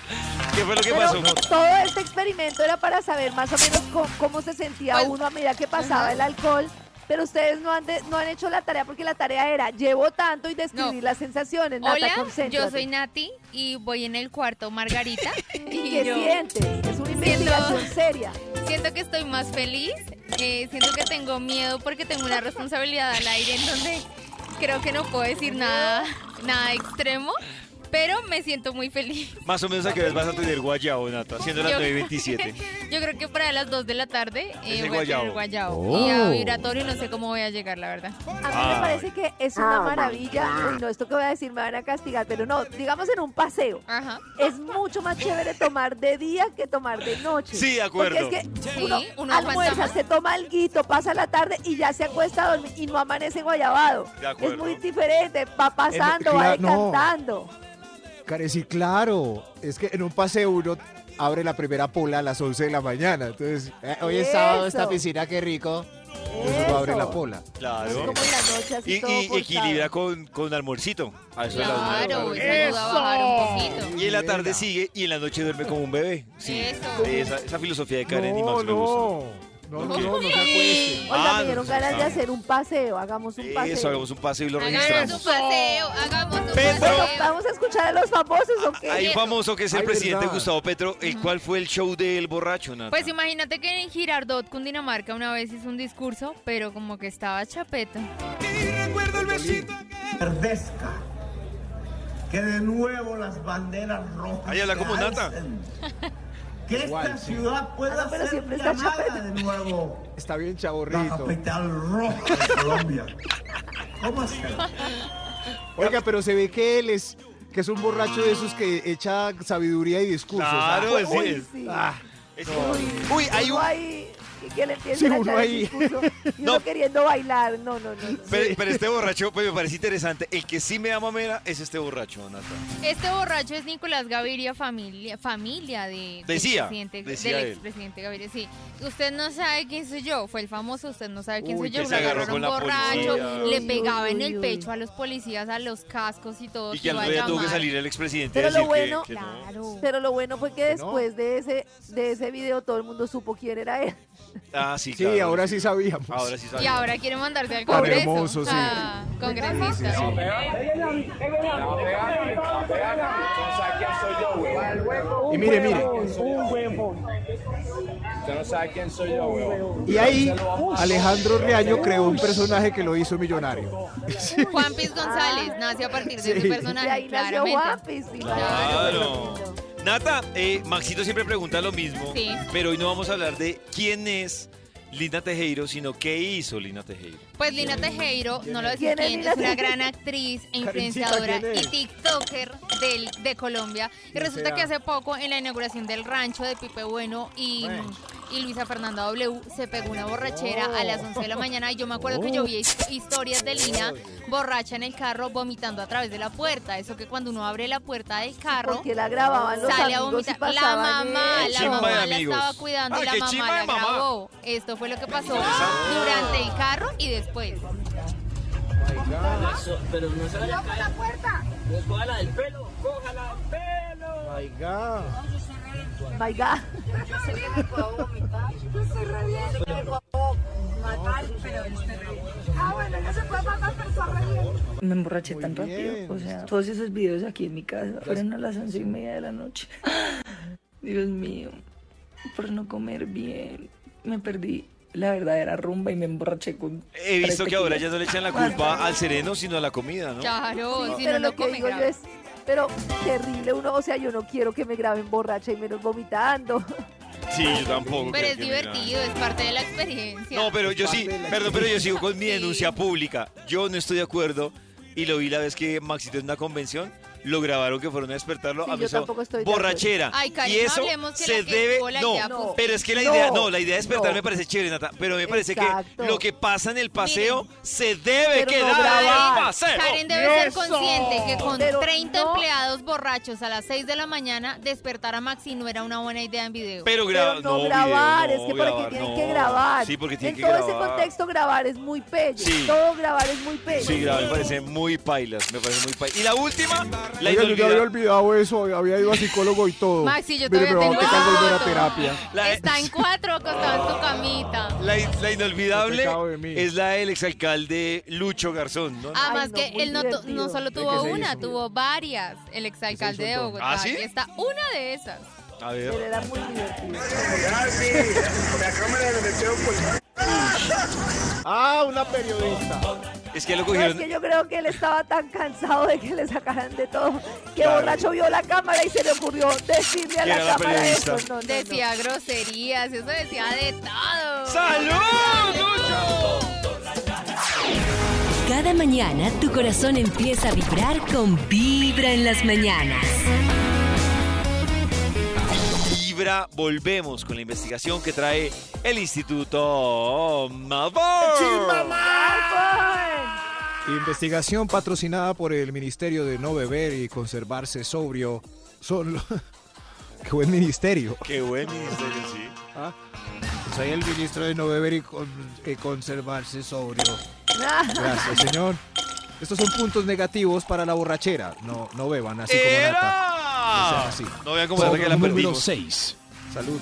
S2: qué fue lo que
S4: Pero
S2: pasó.
S4: todo este experimento era para saber más o menos co- cómo, se sentía uno a medida que pasaba el alcohol. Pero ustedes no han, de- no han hecho la tarea porque la tarea era llevo tanto y describir las sensaciones. Nata,
S3: Hola,
S4: concéntrate.
S3: yo soy Nati y voy en el cuarto Margarita.
S4: ¿Y qué sientes? Es una investigación seria.
S3: Siento que estoy más feliz, eh, siento que tengo miedo porque tengo una responsabilidad al aire en donde creo que no puedo decir nada, nada extremo. Pero me siento muy feliz.
S2: Más o menos a qué horas vas a tener guayabo, Nata, siendo las 9.27.
S3: Yo creo que para las 2 de la tarde eh,
S2: Es el
S3: voy a tener guayabo.
S2: guayabo. Oh. Ah.
S3: Y a vibratorio no sé cómo voy a llegar, la verdad.
S4: A mí me parece que es una maravilla. Uy, no, esto que voy a decir me van a castigar, pero no, digamos en un paseo. Es mucho más chévere tomar de día que tomar de noche.
S2: Sí, de acuerdo.
S4: Porque es que
S3: Sí,
S4: uno,
S3: uno aguanta
S4: almuerza,
S3: más.
S4: se toma alguito, pasa la tarde y ya se acuesta a dormir y no amanece guayabado.
S2: De acuerdo.
S4: Es muy diferente, va pasando,
S6: En-
S4: va
S6: cla- no.
S4: decantando.
S6: Careci, claro. Es que en un paseo uno abre la primera pola a las 11 de la mañana. Entonces, eh, hoy es sábado, esta
S4: Eso.
S6: piscina, qué rico. Entonces uno abre la pola.
S2: Claro.
S4: Como en la noche, así
S2: Y,
S4: todo
S2: y
S4: forzado.
S2: equilibra con, con almuercito. A eso de la una de la
S3: Claro,
S2: tarde.
S3: eso ayuda a bajar un poquito.
S2: Y en la tarde sigue y en la noche duerme como un bebé. Sí.
S3: Eso.
S2: Esa, esa filosofía de Karen y Max me
S6: No,
S2: no,
S6: no,
S2: no
S6: se
S2: acueste. Ah,
S4: Oiga, me dieron ganas de hacer un paseo, hagamos un paseo.
S2: Eso, hagamos un paseo y lo
S3: Hagamos un
S2: registramos.
S3: paseo, hagamos un
S2: Pedro.
S3: paseo.
S4: ¿Vamos a escuchar a los famosos o qué?
S2: Hay un famoso que es el
S6: Ay,
S2: presidente
S6: verdad.
S2: Gustavo Petro. ¿El cual fue el show del borracho, Nata?
S3: Pues imagínate que en Girardot, Cundinamarca, una vez hizo un discurso, pero como que estaba chapeto.
S20: verdezca, que de nuevo las banderas rojas
S2: Ahí habla como
S20: se
S2: Nata.
S20: alcen, que esta
S6: Igual, sí.
S20: ciudad pueda
S4: Ah, pero
S20: ser
S4: siempre está
S20: llamada
S4: chapeta.
S20: de nuevo
S6: Está bien
S20: la
S6: chaborrito.
S20: capital roja de Colombia. ¿Cómo hacer?
S6: Oiga, pero se ve que él es que es un borracho de esos que echa sabiduría y discursos.
S2: Claro,
S6: Ah,
S2: ese
S6: uy,
S2: es.
S6: ah,
S2: Es-
S4: Uy,
S2: hay
S4: uno
S2: un-
S4: ahí que- que le empiezan
S6: Sí,
S4: a
S6: uno
S4: echar el
S6: ahí.
S4: discurso y uno
S2: No.
S4: queriendo bailar. No, no, no. no.
S2: Pero, pero este borracho pues, me parece interesante. El que sí me da mamera es este borracho, Nata.
S3: Este borracho es Nicolás Gaviria, familia, familia de, del
S2: Decía,
S3: presidente-
S2: decía
S3: del
S2: él.
S3: expresidente Gaviria. Sí, usted no sabe quién soy yo, fue el famoso, usted no sabe quién
S2: Uy,
S3: soy yo,
S2: que
S3: lo
S2: se agarró
S3: agarraron
S2: con la
S3: borracho,
S2: policía.
S3: le pegaba en el pecho a los policías, a los cascos y todo.
S2: Y
S3: se
S2: que al
S3: iba a
S2: otro día tuvo que
S3: llamar.
S2: salir el expresidente a
S4: Pero lo
S2: decir que-
S4: bueno,
S2: que no.
S4: pero lo bueno fue que
S6: no.
S4: después de ese de ese video todo el mundo supo quién era él.
S2: Ah, sí,
S6: Sí,
S2: claro.
S6: ahora sí sabíamos.
S2: Ahora sí
S3: Y
S2: sabía.
S3: ahora quiere mandarse al
S6: Tan
S3: Congreso.
S6: hermoso,
S3: o sea, Congresista.
S6: Y mire, mire. Y ahí Alejandro Riaño creó un personaje que lo hizo millonario.
S3: Juan Piz González nace a partir de
S6: Sí.
S3: ese
S4: Ah. Y
S3: personaje,
S4: ahí nació
S3: claramente.
S4: Guapis. sí,
S2: Claro. Nata, eh, Maxito siempre pregunta lo mismo,
S3: Sí.
S2: pero hoy no vamos a hablar de quién es Lina Tejero, sino qué hizo Lina Tejero.
S3: Pues Lina Tejero, no lo decía
S4: ¿Quién es
S3: quién,
S4: Lina
S3: es una
S4: Tejero?
S3: gran actriz e
S6: Karencita,
S3: influenciadora
S6: ¿quién
S3: y
S6: es?
S3: TikToker del, de Colombia. Y
S6: ¿Quién
S3: resulta
S6: será?
S3: que hace poco, en la inauguración del rancho de Pipe Bueno y,
S6: Bueno.
S3: y Luisa Fernanda W, se pegó una borrachera a las 11 de
S6: Oh.
S3: la mañana. Y yo me acuerdo que yo vi his- historias de Lina borracha en el carro, vomitando a través de la puerta. Eso que cuando uno abre la puerta del carro,
S4: Porque la grababan los
S3: sale a
S4: amigos y
S3: vomitar. La
S4: pasaban
S3: mamá,
S4: eso.
S3: la mamá la
S2: amigos.
S3: estaba cuidando
S2: Ah,
S3: y la
S2: qué chimba
S3: mamá
S2: de
S3: la
S2: mamá.
S3: grabó. Esto fue lo que pasó durante el carro y después.
S20: Pero no se vaya a caer. la puerta! ¡Cójala del pelo! ¡Cójala del pelo!
S11: My God.
S4: My God.
S20: Yo sé que me puedo vomitar. Yo soy re bien. Yo me puedo matar, pero estoy re bien. Ah, bueno, no se puede matar, pero estoy re bien.
S21: Me emborraché tan
S6: bien.
S21: rápido. O sea, todos esos videos aquí en mi casa fueron a las once y media de la noche. Dios mío, por no comer bien, me perdí la verdadera rumba y me emborraché con.
S2: He
S21: tres
S2: visto que ahora ya
S21: tequilas.
S2: no le echan la culpa al sereno, sino a la comida, ¿no?
S3: Claro,
S4: Sí,
S3: si no,
S4: pero lo
S3: no
S4: que
S3: come
S4: digo yo
S3: grave.
S4: es, pero terrible uno, o sea, yo no quiero que me graben borracha y menos vomitando.
S2: Ah, Sí, yo tampoco.
S3: Pero
S2: creo
S3: es
S2: que me gane.
S3: divertido, es parte de la experiencia.
S2: No, pero yo sí, perdón, pero yo sigo con mi denuncia pública. Yo no estoy de acuerdo y lo vi la vez que Maxito en una convención lo grabaron que fueron a despertarlo
S4: Sí,
S2: a
S4: yo tampoco estoy de
S2: borrachera.
S4: acuerdo. Ay, Karen,
S2: y
S4: no
S2: eso
S4: hablemos que
S2: se
S4: la que
S2: debe
S4: llegó la
S2: no,
S4: idea, pues,
S2: pero es que la
S4: no,
S2: idea no, la idea de despertar
S4: no.
S2: me parece chévere, Nata, pero me parece
S4: Exacto.
S2: que lo que pasa en el paseo se debe
S4: pero no
S2: quedar en
S4: grabar.
S2: el paseo.
S3: Karen debe ser consciente que con
S4: Pero
S3: 30
S4: no.
S3: empleados borrachos a las 6 de la mañana despertar a Maxi no era una buena idea en video.
S2: Pero,
S4: Pero
S2: gra-
S4: no,
S2: video,
S4: grabar,
S2: no,
S4: es que porque
S2: grabar,
S4: tienen
S2: no.
S4: que grabar.
S2: Sí, porque tienen
S4: en
S2: que
S4: todo
S2: grabar.
S4: ese contexto grabar es muy pello.
S2: Sí.
S4: Todo grabar es muy pello.
S2: Sí, grave, me parece muy pailas, me parece muy pailas. Y la última, la
S6: Oiga, yo ya había
S2: inolvidable.
S6: olvidado eso, había ido a psicólogo y todo.
S3: Maxi, yo
S6: Mire,
S3: todavía tengo
S6: me va a tocar
S3: la
S6: volver a
S3: foto.
S6: terapia.
S2: La-
S3: Está en cuatro acostado en su camita.
S2: La, in- la inolvidable
S6: Qué pecado de mí.
S2: es la del exalcalde Lucho Garzón, ¿no?
S3: Además
S4: no,
S3: Ah, que
S4: muy
S3: él no, tu-
S4: divertido.
S3: no solo
S2: ¿De qué
S3: tuvo
S2: se
S3: una,
S2: hizo?
S3: tuvo varias. El exalcalde de Bogotá.
S2: ¿Ah, sí?
S3: Y está una de esas.
S2: A ver.
S4: Pero era muy divertido.
S6: Ah, una periodista.
S2: Es que lo
S4: No, es
S2: cogieron.
S4: que yo creo que él estaba tan cansado de que le sacaran de todo que
S2: Claro.
S4: borracho vio la cámara y se le ocurrió decirle a
S2: Que
S4: la
S2: era la
S4: cámara
S2: periodista.
S4: eso. No, no,
S3: Decía groserías, eso decía de todo.
S2: ¡Salud,
S1: Cada mañana tu corazón empieza a vibrar con Vibra en las mañanas.
S2: Vibra, volvemos con la investigación que trae el Instituto Malbor.
S4: ¡Ah!
S6: Investigación patrocinada por el Ministerio de No Beber y Conservarse Sobrio. Son lo- ¡Qué buen ministerio!
S2: Qué buen ministerio, sí.
S6: Soy Pues el ministro de No Beber y, con- y Conservarse Sobrio. Gracias,
S4: Gracias.
S6: señor. Estos son puntos negativos para la borrachera. No, no beban así como nata. No sean
S2: ¡Era!
S6: así.
S2: No vean cómo se que la
S6: Número
S2: perdimos.
S6: 6. Salud.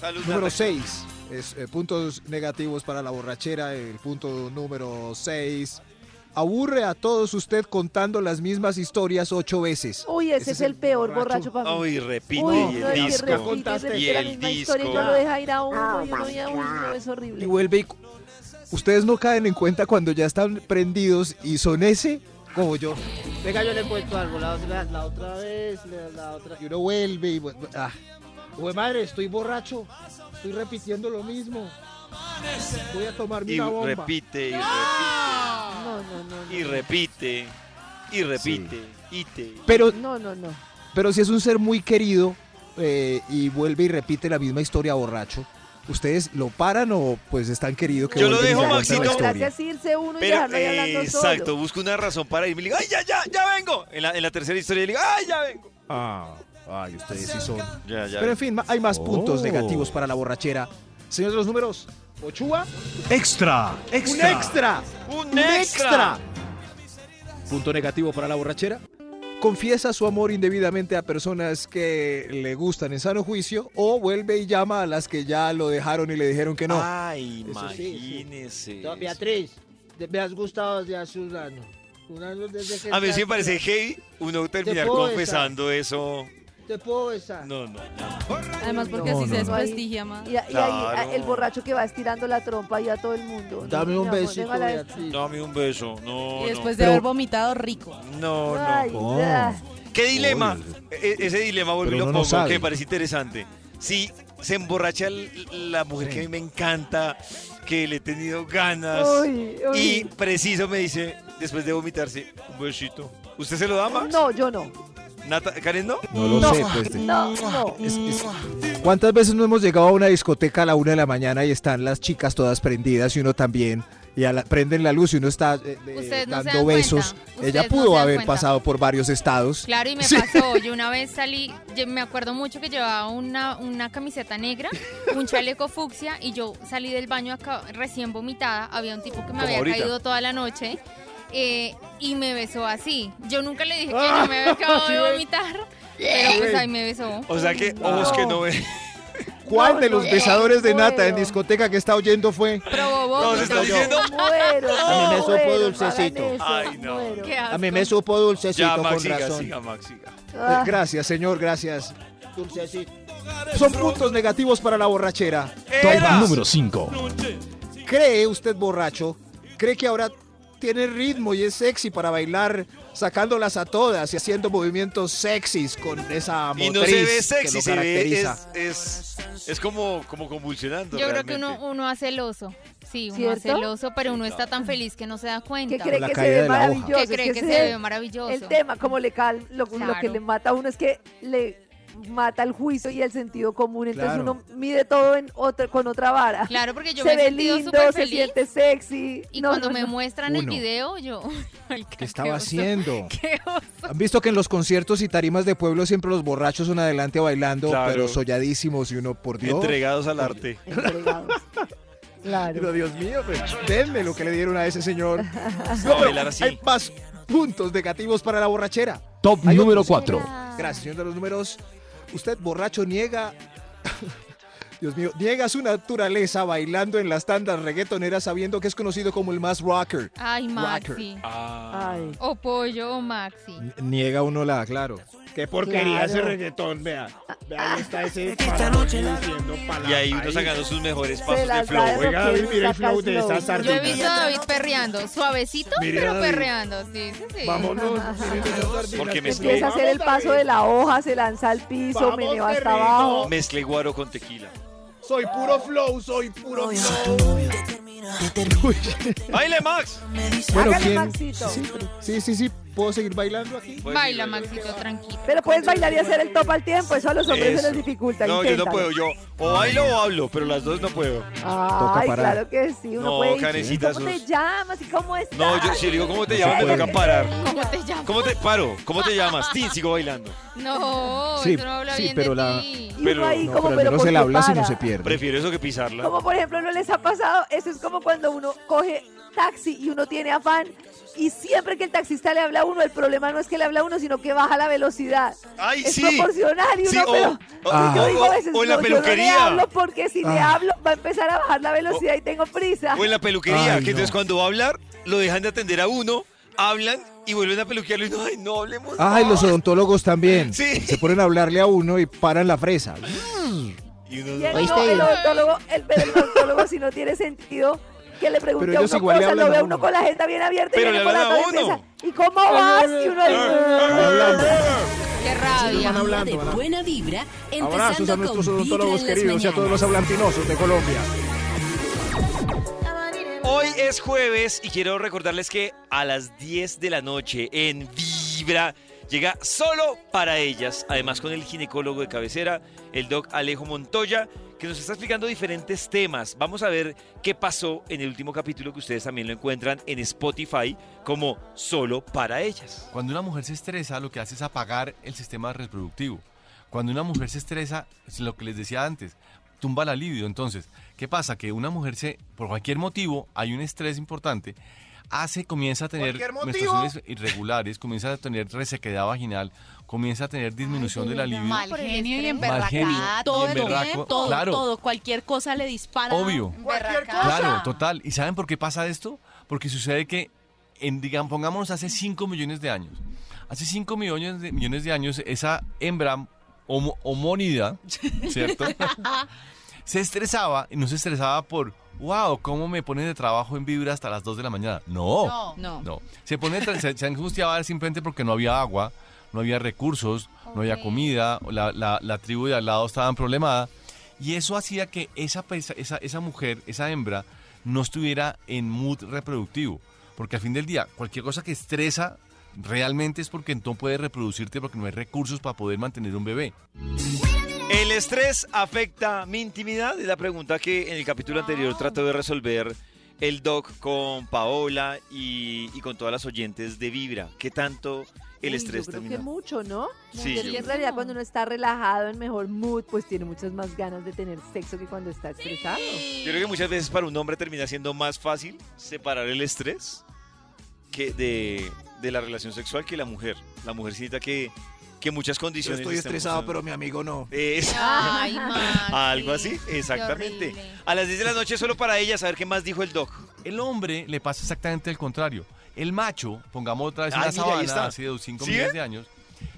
S2: Salud,
S6: Número
S2: Nata.
S6: 6. Es, eh, puntos negativos para la borrachera. El punto número 6. Aburre a todos usted contando las mismas historias ocho veces.
S4: Uy, ese, es el peor borracho, para mí.
S2: Uy, repite
S4: Uy,
S2: y
S4: no,
S2: el
S4: es que
S2: disco.
S4: repite, es
S2: y
S4: que la
S2: el
S4: misma historia,
S2: disco.
S4: yo lo deja ir a uno y uno ya uy, no, es horrible.
S6: Y vuelve y... cu- Ustedes no caen en cuenta cuando ya están prendidos y son ese como yo.
S12: Venga, yo le cuento algo, la, la- la otra vez, la, la otra.
S6: Y uno vuelve y... vu- ah.
S12: Güey, madre, estoy borracho. Estoy repitiendo lo mismo. Voy a tomarme
S2: Y
S12: una bomba.
S2: repite, y repite,
S4: Ah, No, no, no. no.
S2: y repite, y repite, y te.
S6: Pero
S4: No, no, no.
S6: Pero si es un ser muy querido eh, y vuelve y repite la misma historia borracho, ¿ustedes lo paran o pues es tan querido que
S2: Yo lo
S6: vuelven y
S2: dejo,
S6: le cuentan la
S2: Maxito.
S6: historia?
S4: Gracias irse uno y
S2: Pero,
S4: dejarlo ahí hablando
S2: eh,
S4: solo.
S2: exacto, busco una razón para irme y le digo, ¡ay, ya, ya, ya vengo! En la, en la tercera historia le digo, ¡ay, ya vengo!
S6: Ah, ay, ustedes sí son.
S2: Ya, ya.
S6: Pero en fin, ma- hay más puntos
S2: Oh.
S6: negativos para la borrachera. Señores de los números, Ochoa,
S11: Extra,
S6: un extra,
S2: ¡Un
S6: un extra. Punto negativo para la borrachera. Confiesa su amor indebidamente a personas que le gustan en sano juicio o vuelve y llama a las que ya lo dejaron y le dijeron que no.
S2: Ay,
S6: Eso sí, sí.
S2: imagínese.
S12: No, Beatriz, de- me has gustado desde hace un año. Un año desde que
S2: A mí
S12: entraste.
S2: sí me parece heavy uno terminar
S12: puedo
S2: confesando eso.
S12: Te puedo besar.
S2: No, no.
S4: Además,
S12: porque
S4: si
S12: así se
S4: desprestigia más. Y, a- y ahí
S2: Claro.
S4: a- el borracho que va estirando la trompa y a todo el mundo. No,
S12: Dame un
S4: mi amor,
S12: besito,
S4: venga la-
S2: Dame un beso. No,
S7: Y después de
S2: no.
S7: haber vomitado rico.
S2: No, no.
S4: Ay, ah.
S2: ¿Qué dilema? E- ese dilema, vuelvo y
S6: Pero
S2: lo
S6: uno no
S2: pongo,
S6: sabe.
S2: que me parece interesante. Si se emborracha l- la mujer que a mí me encanta, que le he tenido ganas,
S4: Uy, uy.
S2: y preciso me dice, después de vomitarse, un besito. ¿Usted se lo da, Max?
S4: No, yo no.
S2: Nata- ¿Karen no?
S6: No lo sé, pues.
S4: No, no.
S6: ¿Cuántas veces no hemos llegado a una discoteca a la una de la mañana y están las chicas todas prendidas y uno también? Y a la- prenden la luz y uno está eh, eh,
S3: Ustedes no se
S6: dando
S3: dan
S6: besos.
S3: cuenta,
S6: Ella
S3: ustedes no
S6: pudo
S3: se dan
S6: haber
S3: cuenta.
S6: pasado por varios estados.
S3: Claro, y me pasó. Yo una vez salí, yo me acuerdo mucho que llevaba una, una camiseta negra, un chaleco fucsia, y yo salí del baño acá, recién vomitada. Había un tipo que me
S7: Como
S3: había
S7: ahorita.
S3: caído toda la noche eh, y me besó así. Yo nunca le dije que yo me había acabado
S7: Sí,
S3: de
S7: ven.
S3: vomitar, pero pues
S6: Ven.
S3: ahí me besó.
S2: O sea que ojos que no ven.
S6: ¿Cuál de
S3: no
S6: los besadores de nata en
S3: puedo.
S6: discoteca que está oyendo fue?
S3: Probó
S2: No, se está diciendo.
S4: Muero.
S12: A mí me supo
S4: muero,
S12: dulcecito.
S4: hagan eso.
S2: Ay, no.
S3: Qué
S12: A
S3: asco.
S12: mí me supo dulcecito
S2: Ya, Max,
S12: con
S2: siga,
S12: razón.
S2: siga, Max, siga.
S6: Eh, Gracias, señor, gracias.
S12: Dulcecito.
S2: Ah.
S6: Son puntos negativos para la borrachera.
S11: Top número 5.
S6: ¿Cree usted borracho? ¿Cree que ahora tiene ritmo y es sexy para bailar sacándolas a todas y haciendo movimientos sexys con esa motriz
S2: Y no se ve
S6: que
S2: sexy,
S6: lo
S2: se ve,
S6: caracteriza?
S2: es, es, es como, como convulsionando.
S3: Yo creo que
S2: realmente.
S3: uno, uno hace el oso. Sí, uno hace
S4: ¿Cierto?
S3: el oso, pero uno está tan feliz que no se da cuenta.
S4: Que cree
S6: La
S4: que se
S6: caída
S4: ve
S6: de la hoja.
S4: maravilloso.
S3: Que
S4: es
S3: cree que
S4: ese
S3: se
S4: es
S3: ve maravilloso.
S4: El tema, como le cal, lo, lo que
S3: Claro.
S4: le mata a uno es que le mata el juicio y el sentido común. Entonces
S6: Claro.
S4: uno mide todo en otra, con otra vara.
S3: Claro, porque yo
S4: se
S3: me he
S4: ve
S3: sentido
S4: lindo,
S3: súper
S4: se
S3: feliz.
S4: siente sexy.
S3: Y
S4: No,
S3: cuando
S4: no,
S3: me
S4: no.
S3: muestran el
S6: Uno.
S3: video, yo.
S6: ¿Qué estaba
S3: oso.
S6: haciendo?
S3: Qué oso.
S6: Han visto que en los conciertos y tarimas de pueblo siempre los borrachos son adelante bailando,
S2: Claro.
S6: pero solladísimos y uno, por Dios.
S2: Entregados al arte.
S6: Pero Dios mío, pero denme lo que le dieron a ese señor.
S2: No,
S6: pero
S2: bailar así.
S6: hay más puntos negativos para la borrachera.
S11: Top
S6: Hay
S11: número
S6: otros.
S11: 4.
S6: Gracias, señor de los números. Usted borracho niega. Dios mío, niega su naturaleza bailando en las tandas reggaetoneras sabiendo que es conocido como el más rocker.
S3: Ay, Ah, Maxi. Ah.
S6: Rocker.
S3: O pollo o Maxi.
S6: Niega uno la, claro. Qué porquería ese
S12: Claro.
S6: reggaetón, vea. vea ahí está ese
S2: Y ahí uno sacando sus mejores pasos de
S3: las
S2: flow.
S3: da de
S6: Oiga,
S3: Porque
S6: David, mire el
S3: saca
S6: flow de
S3: flow.
S6: esas
S3: Yo he
S6: sardinas.
S3: visto a David perreando, suavecito,
S6: Mire,
S3: pero
S6: David.
S3: perreando. Sí, sí, sí.
S6: Vámonos.
S2: Porque mezclé,
S4: Empieza a hacer el paso de la hoja, se lanza al piso, meneo hasta abajo.
S2: mezclé guaro con tequila.
S6: Soy puro flow, soy puro flow.
S2: ¡Baile, Max!
S6: Bueno,
S4: Hágale,
S6: ¿quién?
S4: Maxito.
S6: Sí, sí, sí, sí. ¿Puedo seguir bailando aquí?
S3: Baila, Maxito, tranquilo.
S4: Pero puedes bailar y hacer el top al tiempo, eso a los hombres
S2: Eso.
S4: se les dificulta.
S2: No, yo no
S4: inténtalo.
S2: puedo. Yo o bailo o hablo, pero las dos no puedo.
S4: Ay, claro que sí, uno
S2: No,
S4: puede decir,
S2: Karencita,
S4: ¿Cómo
S2: sos-
S4: te llamas y cómo estás?
S2: No, yo si le digo cómo te
S4: No
S2: llamas,
S4: se
S2: me
S4: puede.
S2: toca parar.
S3: ¿Cómo te llamas?
S2: ¿Cómo te paro? ¿Cómo te llamas? Tin, sigo bailando.
S3: No,
S6: Sí,
S3: eso no habla
S6: sí,
S3: bien
S6: pero
S3: de
S6: la-
S3: ti.
S4: Pero, ahí
S6: No,
S4: como,
S6: pero al
S4: pero
S6: menos
S4: ¿por
S6: él
S4: qué
S6: habla si no
S4: para?
S6: se pierde.
S2: Prefiero eso que pisarla.
S4: Como por ejemplo no les ha pasado, eso es como cuando uno coge taxi y uno tiene afán y siempre que el taxista le habla a uno, el problema no es que le habla a uno, sino que baja la velocidad.
S2: Ay,
S4: es
S2: sí.
S4: proporcional y
S2: Sí,
S4: uno,
S2: o-
S4: pero
S2: o-
S4: pero
S6: Ah.
S4: yo
S2: o-
S4: digo a veces,
S2: Oh, o en la
S4: no, yo no le
S2: peluquería.
S4: hablo porque si le
S2: Ah.
S4: hablo va a empezar a bajar la velocidad y tengo prisa.
S2: O en la peluquería,
S6: Ay,
S2: que
S6: no.
S2: entonces cuando va a hablar, lo dejan de atender a uno, hablan y vuelven a peluquearlo y no, ay, no hablemos.
S6: Ay, los odontólogos también.
S2: Oh. Sí.
S6: Se ponen a hablarle a uno y paran la fresa.
S2: Y uno
S4: Y el,
S6: ¿Oíste?
S4: no, el odontólogo, el, pero el odontólogo, si no tiene sentido que le pregunte
S6: Pero
S4: a
S6: ellos
S4: uno
S6: igual le
S4: cosas, lo
S6: hablan
S4: ve
S6: a
S4: a uno
S6: uno.
S4: con la agenda bien abierta
S2: Pero
S4: y
S2: le
S4: viene con la
S2: hablan a
S4: otra y
S2: uno.
S4: empieza, ¿y cómo vas? Y uno
S6: eh,
S3: Qué rabia.
S1: de buena vibra,
S6: Abrazos
S1: empezando
S6: a
S1: con
S6: nuestros
S1: Vibra en
S6: odontólogos
S1: las
S6: queridos y a
S1: mañanas.
S6: todos los hablantinosos de Colombia.
S2: Hoy es jueves y quiero recordarles que a las 10 de la noche en Vibra llega solo para ellas, además con el ginecólogo de cabecera, el doc Alejo Montoya, que nos está explicando diferentes temas. Vamos a ver qué pasó en el último capítulo que ustedes también lo encuentran en Spotify como solo para ellas.
S7: Cuando una mujer se estresa, lo que hace es apagar el sistema reproductivo. Cuando una mujer se estresa, es lo que les decía antes, tumba la libido. Entonces, ¿qué pasa? Que una mujer se, por cualquier motivo, hay un estrés importante, hace, comienza a tener
S6: ¿Cualquier motivo?
S7: menstruaciones irregulares, comienza a tener resequedad vaginal, comienza a tener disminución de la libido.
S22: Mal genio y
S7: Mal genio
S22: emberracada,
S7: y
S22: todo,
S7: emberraco,
S22: todo,
S7: claro.
S22: todo, cualquier cosa le dispara.
S7: Obvio.
S22: Cualquier
S7: Claro, total. ¿Y saben por qué pasa esto? Porque sucede que, en, digamos, pongámonos hace 5 millones de años. Hace 5 millones de, millones de años, esa hembra homo- homónida, ¿cierto? se estresaba y no se estresaba por, wow, ¿cómo me ponen de trabajo en vibra hasta las 2 de la mañana? No.
S22: No.
S7: No. Se, pone, tra- se, se angustiaba simplemente porque no había agua, no había recursos, no había comida, la, la- la tribu de al lado estaba problemada. Y eso hacía que esa, pesa- esa, esa mujer, esa hembra, no estuviera en mood reproductivo. Porque al fin del día, cualquier cosa que estresa realmente es porque no puedes reproducirte porque no hay recursos para poder mantener un bebé.
S2: ¿El estrés afecta mi intimidad? Es la pregunta que en el capítulo anterior trató de resolver el doc con Paola y, y con todas las oyentes de Vibra. ¿Qué tanto el
S4: Uy,
S2: estrés
S4: yo creo
S2: termina?
S4: que mucho, ¿no?
S2: Sí,
S4: Porque
S2: yo-
S4: en realidad cuando uno está relajado, en mejor mood, pues tiene muchas más ganas de tener sexo que cuando está estresado.
S2: Yo creo que muchas veces para un hombre termina siendo más fácil separar el estrés que de, de la relación sexual que la mujer. La mujercita que, que muchas
S6: Yo
S2: condiciones.
S6: estoy estresado, pero mi amigo no.
S16: Ah,
S6: Ay,
S2: Algo así, exactamente. A las 10 de la noche solo para ella saber qué más dijo el doc.
S7: El hombre le pasa exactamente el contrario. El macho, pongamos otra vez en
S2: Ay,
S7: la
S2: mira, ahí
S7: sabana,
S2: está.
S7: hace 5
S2: ¿Sí,
S7: millones
S2: eh?
S7: de años.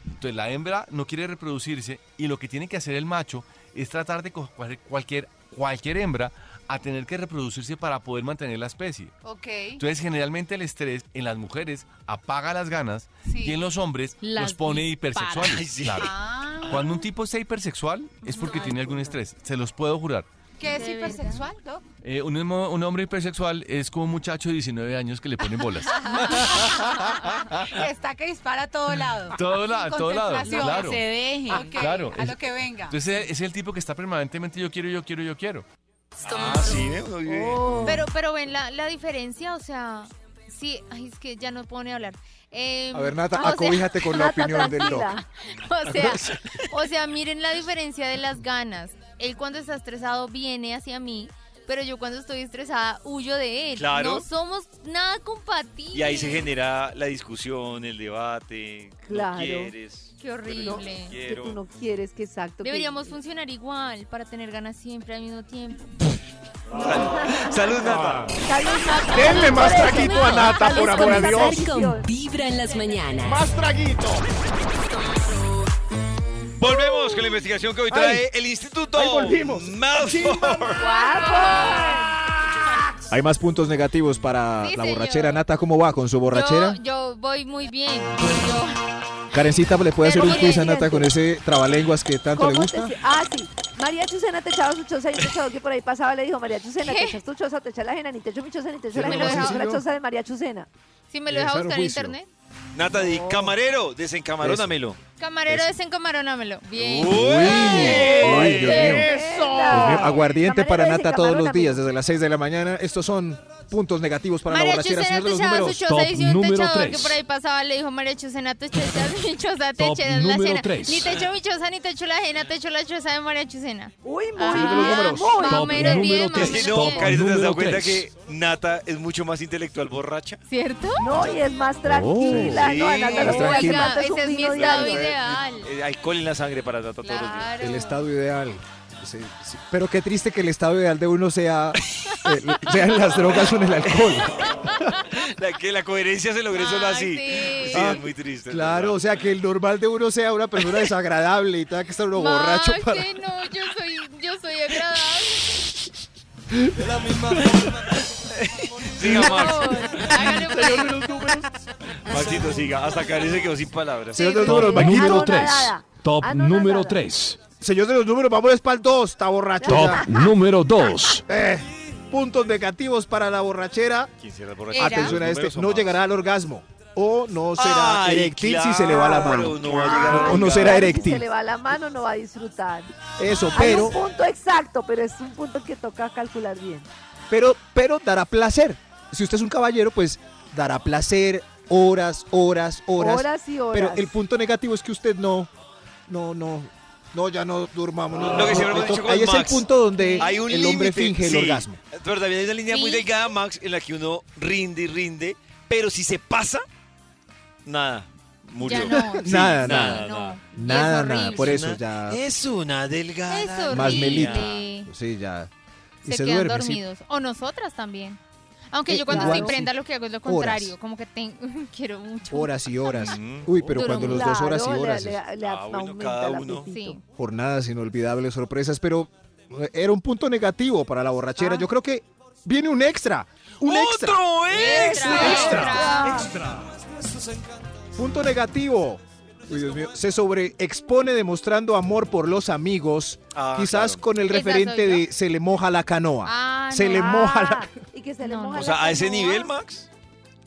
S7: Entonces la hembra no quiere reproducirse y lo que tiene que hacer el macho es tratar de coger cualquier, cualquier hembra a tener que reproducirse para poder mantener la especie.
S3: Ok.
S7: Entonces generalmente el estrés en las mujeres apaga las ganas
S3: Sí.
S7: y en los hombres
S3: Las
S7: los pone
S3: dispara.
S7: hipersexuales.
S3: Ay, sí.
S7: claro.
S3: Ah.
S7: Cuando un tipo está hipersexual es porque tiene algún estrés, se los puedo jurar.
S3: ¿Qué es hipersexual, Doc?
S7: Eh, un, homo- un hombre hipersexual es como un muchacho de 19 años que le ponen bolas.
S22: Está que dispara a todo lado.
S7: Todo la-
S22: Sin
S7: todo lado,
S22: concentración.
S7: claro.
S22: Que
S7: Ah,
S22: se deje. Ok,
S7: Claro,
S22: A
S7: es-
S22: lo que venga.
S7: Entonces es el tipo que está permanentemente yo quiero, yo quiero, yo quiero.
S2: Ah, sí, ¿eh? Uno vive-
S6: Oh.
S3: Pero, pero ven la, la diferencia, o sea, sí, ay, es que ya no puedo ni hablar. Em,
S6: A ver, Nata,
S3: o sea-
S6: acobíjate con la opinión del doc.
S3: O sea, o sea, miren la diferencia de las ganas. Él cuando está estresado viene hacia mí, pero yo cuando estoy estresada huyo de él.
S2: Claro.
S3: No somos nada compatibles.
S2: Y ahí se genera la discusión, el debate.
S4: Claro.
S2: No quieres.
S3: Qué horrible.
S4: No,
S3: Sí,
S4: que
S2: quiero.
S4: tú no quieres que exacto. que-
S3: Deberíamos funcionar igual para tener ganas siempre al mismo tiempo.
S2: Salud,
S6: Ah.
S2: Nata.
S6: Denle más traguito a Nata,
S1: Vamos
S6: por amor a
S1: comenzar
S6: Dios.
S1: con Vibra en las mañanas.
S6: Más traguito.
S2: Vamos con la investigación que hoy trae
S6: Ay.
S2: el Instituto.
S6: Ahí volvimos.
S2: Malfoy.
S6: Hay más puntos negativos para
S3: Sí,
S6: la
S3: señor.
S6: borrachera. Nata, ¿cómo va con su borrachera?
S3: Yo, yo voy muy bien.
S6: Karencita, ¿le puede hacer
S4: Pero
S6: un quiz a
S4: mire,
S6: Nata con ese trabalenguas que tanto le
S4: ¿Cómo
S6: gusta?
S4: te- ah, sí. María Chucena te echaba su choza y un techador que por ahí pasaba le dijo, María Chucena, te echas tu choza, te echas la ajena, ni te echo mi choza, ni te echo la
S2: Pero
S4: ajena, te
S2: más
S4: echo la
S2: sencillo.
S4: choza de María Chucena.
S3: Si me lo
S6: Eh,
S3: deja
S2: Lanzar un
S3: buscar en
S2: juicio.
S3: internet.
S2: Nata, di camarero, desencamarónamelo.
S3: Camarero, desencamarónamelo. Bien.
S6: Uy, Dios mío. Dios mío, Aguardiente para
S3: Camarero,
S6: Nata
S3: dice
S6: todos los
S3: camarón,
S6: días, desde las 6 de la mañana. Estos son puntos negativos para
S3: María
S6: la borrachera.
S3: Chucena
S6: Señor
S3: te
S6: de los
S3: echaba su
S6: números.
S3: choza y si un techador que por ahí pasaba le dijo, María Chucena, te echas mi choza, te
S6: Top
S3: echas la
S6: número
S3: cena.
S6: tres.
S3: Ni te echo mi choza, ni te echo la ajena, te echo la choza de María Chucena.
S4: Uy,
S3: muy
S2: Señor de los números.
S3: Más o menos bien, más
S2: Es
S3: o
S2: que
S3: menos
S2: no,
S3: bien.
S2: Carita, ¿te has dado
S8: Número
S2: cuenta que
S8: tres.
S2: Nata es mucho más intelectual borracha?
S3: ¿Cierto?
S4: No, y es
S6: Oh,
S4: más tranquila,
S2: Sí.
S4: ¿no? A Nata lo
S2: Más
S4: que le
S2: tranquila.
S4: encanta es
S3: Ese
S4: un
S3: es mi
S4: vino
S3: estado
S4: diario.
S3: ideal.
S2: Eh, alcohol en la sangre para Nata todos los días.
S6: El estado ideal. Sí, sí. Pero qué triste que el estado ideal de uno sea, eh, sean las drogas o en el alcohol.
S2: La, que la coherencia se logre solo así. Sí,
S6: Ah,
S2: es muy triste.
S6: Claro, o sea, que el normal de uno sea una persona desagradable y tenga que estar uno borracho
S3: Max,
S6: para...
S3: eh, no, yo soy, yo soy agradable.
S2: Siga, Max.
S3: Hágale, pues.
S2: Maxito, siga. Hasta Karen se quedó sin palabras.
S6: Señor de los números, vamos.
S8: Top número 3.
S6: Señor de los números, vamos para el 2, está borracho.
S8: Top
S6: ya.
S8: número 2.
S6: Eh, puntos negativos para la borrachera. Atención a este, no llegará al orgasmo. O no será
S2: Ay,
S6: eréctil si se le va la mano.
S2: claro, no va a llegar al
S6: o no será
S2: orgasmo.
S4: Si se le
S6: eréctil.
S4: va la mano, no va a disfrutar.
S6: Eso,
S4: Hay
S6: pero,
S4: un punto exacto, pero es un punto que toca calcular bien.
S6: pero, pero dará placer. Si usted es un caballero, pues dará placer horas, horas, horas.
S4: Horas y horas.
S6: Pero el punto negativo es que usted no, no, no, no, ya no durmamos. no,
S2: Lo que
S6: no,
S2: siempre hemos
S6: no.
S2: dicho con
S6: Ahí es el
S2: Max,
S6: punto donde
S2: hay un
S6: el hombre
S2: límite,
S6: finge el
S2: sí.
S6: orgasmo.
S2: Pero también hay una línea muy
S3: Sí.
S2: delgada, Max, en la que uno rinde y rinde, pero si se pasa, nada, murió.
S3: Ya no,
S2: Sí,
S6: nada,
S2: nada,
S6: nada,
S2: nada.
S6: nada, nada,
S2: horrible.
S6: por
S2: Es
S6: eso
S2: una-
S6: ya.
S2: Es una delgada.
S3: Es
S6: Más
S3: horrible.
S6: melita. Sí, ya.
S3: se, quedan dormidos. O nosotras también. Aunque
S6: Eh,
S3: yo cuando
S6: igual,
S3: estoy prenda
S6: sí.
S3: lo que hago es lo
S6: Horas.
S3: contrario. Como que te, quiero mucho.
S6: Horas y horas.
S2: Mm.
S6: Uy, pero
S3: Duró
S6: cuando los
S3: mucho.
S6: dos horas y
S3: Claro, le-
S6: horas.
S3: le-
S6: es-
S3: le Ah, bueno, aumenta cada el uno. apetito.
S6: Jornadas inolvidables, sorpresas, pero eh, era un punto negativo para la borrachera. Yo creo que viene un extra. Un extra.
S2: ¡Otro
S6: Un
S2: extra!
S6: extra. Punto negativo. Uy, Dios mío. Se sobreexpone demostrando amor por los amigos,
S2: Ah,
S6: quizás
S2: claro.
S6: con el
S2: ¿Esa
S6: referente
S2: soy yo?
S6: de se le moja la canoa.
S3: Ah,
S6: se
S3: no.
S6: le moja la
S4: Ah, Y que se le moja
S2: O sea,
S4: la
S2: a ese
S4: canoa.
S2: nivel, Max.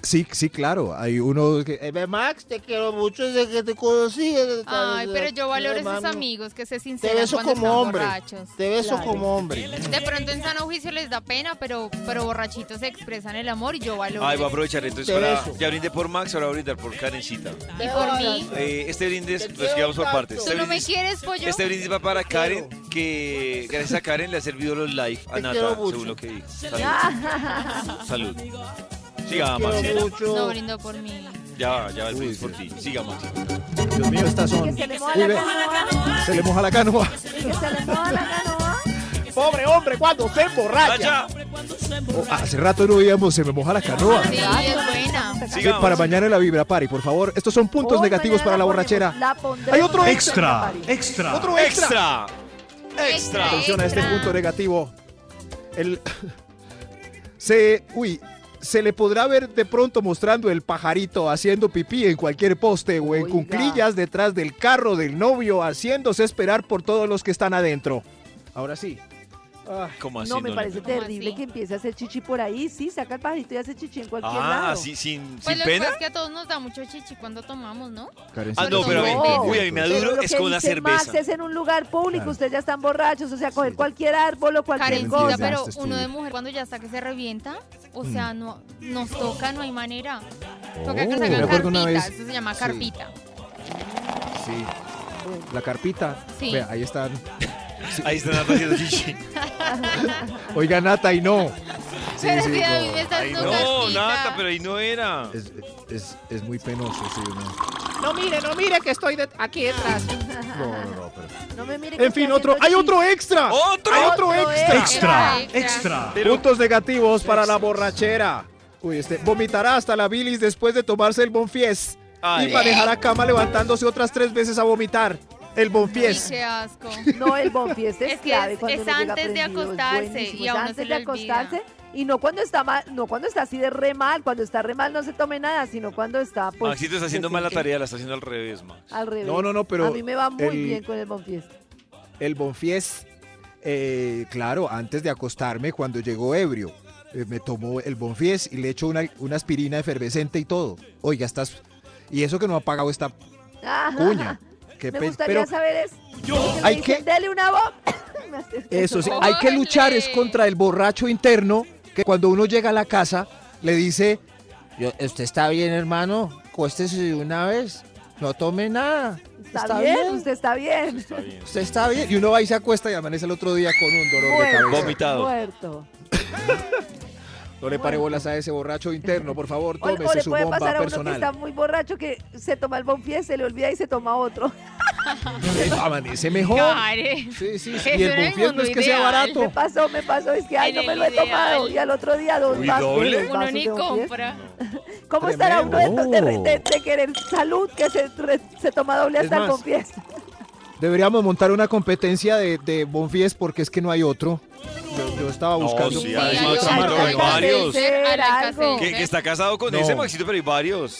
S6: Sí, sí, claro. Hay uno que
S17: Eh, ve, Max, te quiero mucho desde que te conocí. desde-
S3: Ay, pero yo valoro a
S17: Mami,
S3: esos amigos que se
S17: Te
S3: sinceran
S17: beso
S3: cuando
S17: como
S3: están
S17: hombre.
S3: borrachos.
S17: Te beso
S3: Claro.
S17: como hombre.
S3: De pronto en sano juicio les da pena, pero, pero borrachitos se expresan el amor y yo valoro.
S2: Ay, voy a aprovechar entonces
S3: Te
S2: para.
S3: beso.
S2: Ya brindé por Max, ahora voy a brindar por Karencita.
S3: Y por mí.
S2: Eh, este brindis lo esquivamos por partes. Este
S3: ¿Tú no me
S2: brindis,
S3: quieres, pollo?
S2: este brindis va para Karen, que gracias a Karen le ha servido los live a
S17: Te
S2: Nata,
S17: quiero mucho.
S2: según lo que dijo. Salud.
S3: Ah.
S2: Salud. Siga,
S17: quiero
S2: Max.
S17: mucho.
S3: No brindo por mí.
S2: Ya, ya, el brindis por ti. Siga, Max.
S6: Dios mío, estas son.
S4: Que se le moja
S6: Uy,
S4: la
S6: ve,
S4: canoa.
S6: se le moja la canoa.
S4: Que se le moja la canoa.
S17: Pobre hombre, cuando se emborracha.
S6: Oh, hace rato no veíamos, se me moja la canoa.
S3: Sí, es buena.
S6: Sí, para mañana en la Vibra Party, por favor. Estos son puntos
S4: Hoy
S6: negativos
S4: mañana
S6: para la
S4: ponemos,
S6: borrachera.
S4: la pondremos
S6: Hay otro
S4: en
S6: extra.
S4: Vibra Party.
S6: Extra.
S4: Otro
S2: extra.
S4: Extra.
S6: Atención a este punto negativo. El se, uy, se le podrá ver de pronto mostrando el pajarito haciendo pipí en cualquier poste o en cuclillas detrás del carro del novio haciéndose esperar por todos los que están adentro. Ahora sí. Ah,
S2: ¿Cómo así?
S4: No, me
S2: le-
S4: parece terrible que empiece a hacer chichi por ahí. Sí, saca el pajito y hace chichi en cualquier lado.
S2: Ah, así, sin,
S3: Pues
S2: sin
S3: lo que
S2: pena.
S3: pasa es que a todos nos da mucho chichi cuando tomamos, ¿no?
S2: Ah, no, pero a mí, uy, a mí me da
S4: Pero
S2: duro
S4: lo
S2: es
S4: que
S2: con la
S4: dice Max
S2: cerveza.
S4: es en un lugar público,
S2: Claro.
S4: ustedes ya están borrachos, o sea, coger cualquier árbol o cualquier
S3: Karencita,
S4: cosa.
S3: pero uno de mujer cuando ya está que se revienta, o
S4: Mm.
S3: sea, no, nos toca, no hay manera. Toca que
S6: Oh.
S3: nos
S6: Me
S3: hagan
S6: acuerdo una
S3: carpita,
S6: vez-
S3: eso se llama
S6: sí.
S3: carpita.
S6: Sí. La carpita.
S3: Sí.
S6: Vea, ahí están.
S2: Ahí está Nata haciendo chichi.
S6: Oiga, Nata, y no.
S3: Pero si David me está
S2: Ay,
S3: haciendo
S2: no,
S3: carpita.
S2: Nata, pero ahí no era.
S6: Es, es- es muy penoso, sí, no.
S14: No mire, no mire que estoy de- aquí detrás.
S6: No, no, no, pero-
S4: No me mire que
S6: En fin,
S4: estoy
S6: otro.
S4: haciendo
S6: ¡Hay
S4: chichi.
S6: otro extra!
S4: ¡Otro!
S6: ¡Hay otro
S4: ¡Otro extra!
S6: extra! Extra, Puntos negativos para la borrachera. Uy, este. Vomitará hasta la bilis después de tomarse el bonfies.
S2: Ay.
S6: Y manejará cama levantándose otras tres veces a vomitar. El Bonfies.
S3: Ay, qué asco.
S4: No, el Bonfies es,
S3: Es que
S4: clave
S3: es-
S4: cuando
S3: es
S4: uno llega
S3: antes de
S4: prendido, es
S3: acostarse, y
S4: buenísimo, es
S3: a uno
S4: antes
S3: se
S4: de
S3: le olvida.
S4: acostarse y no cuando está mal, no cuando está así de re mal, cuando está re mal no se tome nada, sino cuando está pues
S2: Ah, Maxito está haciendo
S4: pues,
S2: mal la
S4: que-
S2: tarea, la está haciendo al revés, Max.
S4: Al revés.
S6: No, no, no, pero
S4: a mí me va muy
S6: el-
S4: bien con el Bonfies.
S6: El Bonfies, eh, claro, antes de acostarme, cuando llegó ebrio, eh, me tomó el Bonfies y le echo una, una aspirina efervescente y todo. Oiga, estás... Y eso que no ha pagado esta
S4: Ajá.
S6: cuña. Qué
S4: me
S6: pe-
S4: gustaría
S6: pero-
S4: saber es
S6: Hay
S4: hay que dele una bomba. Me hace-
S6: Eso sí, hay que luchar es contra el borracho interno que cuando uno llega a la casa le dice,
S17: Yo, ¿Usted está bien, hermano? Cuéstese de una vez. No tome nada.
S4: Está, bien, usted está bien.
S6: usted está bien, y uno va y se acuesta y amanece el otro día con un dolor de
S4: Muerto,
S6: cabeza.
S4: Muerto.
S6: No le pare bolas a ese borracho interno, por favor,
S4: O, o
S6: tómese
S4: le
S6: su
S4: puede
S6: bomba
S4: pasar a uno que está
S6: personal.
S4: muy borracho que se toma el Bonfies, se le olvida y se toma otro.
S6: Amanece mejor. Sí, sí, sí. Y el Bonfies no es que sea
S4: Me
S6: barato.
S4: pasó, me pasó, es que ay,
S3: En
S4: no me
S3: el
S4: lo he tomado.
S3: ideal.
S4: Y al otro día dos
S2: Uy,
S4: vasos,
S2: doble.
S4: dos
S3: Uno
S4: vasos
S3: ni
S4: de Bonfies.
S3: compra.
S4: ¿Cómo estará uno de estos de,
S6: Tremendo.
S4: de- de querer salud que se, re- se toma doble
S6: Es
S4: hasta el
S6: más,
S4: Bonfies?
S6: Deberíamos montar una competencia de, de Bonfies porque es que no hay otro. Yo, yo estaba buscando.
S2: sí,
S6: una-
S2: hay
S6: otra
S2: otro,
S6: marca
S2: pero
S6: de
S2: hay
S6: Bonfies.
S2: varios.
S4: algo.
S2: Que, que está casado con
S6: No.
S2: ese Maxito, pero hay varios.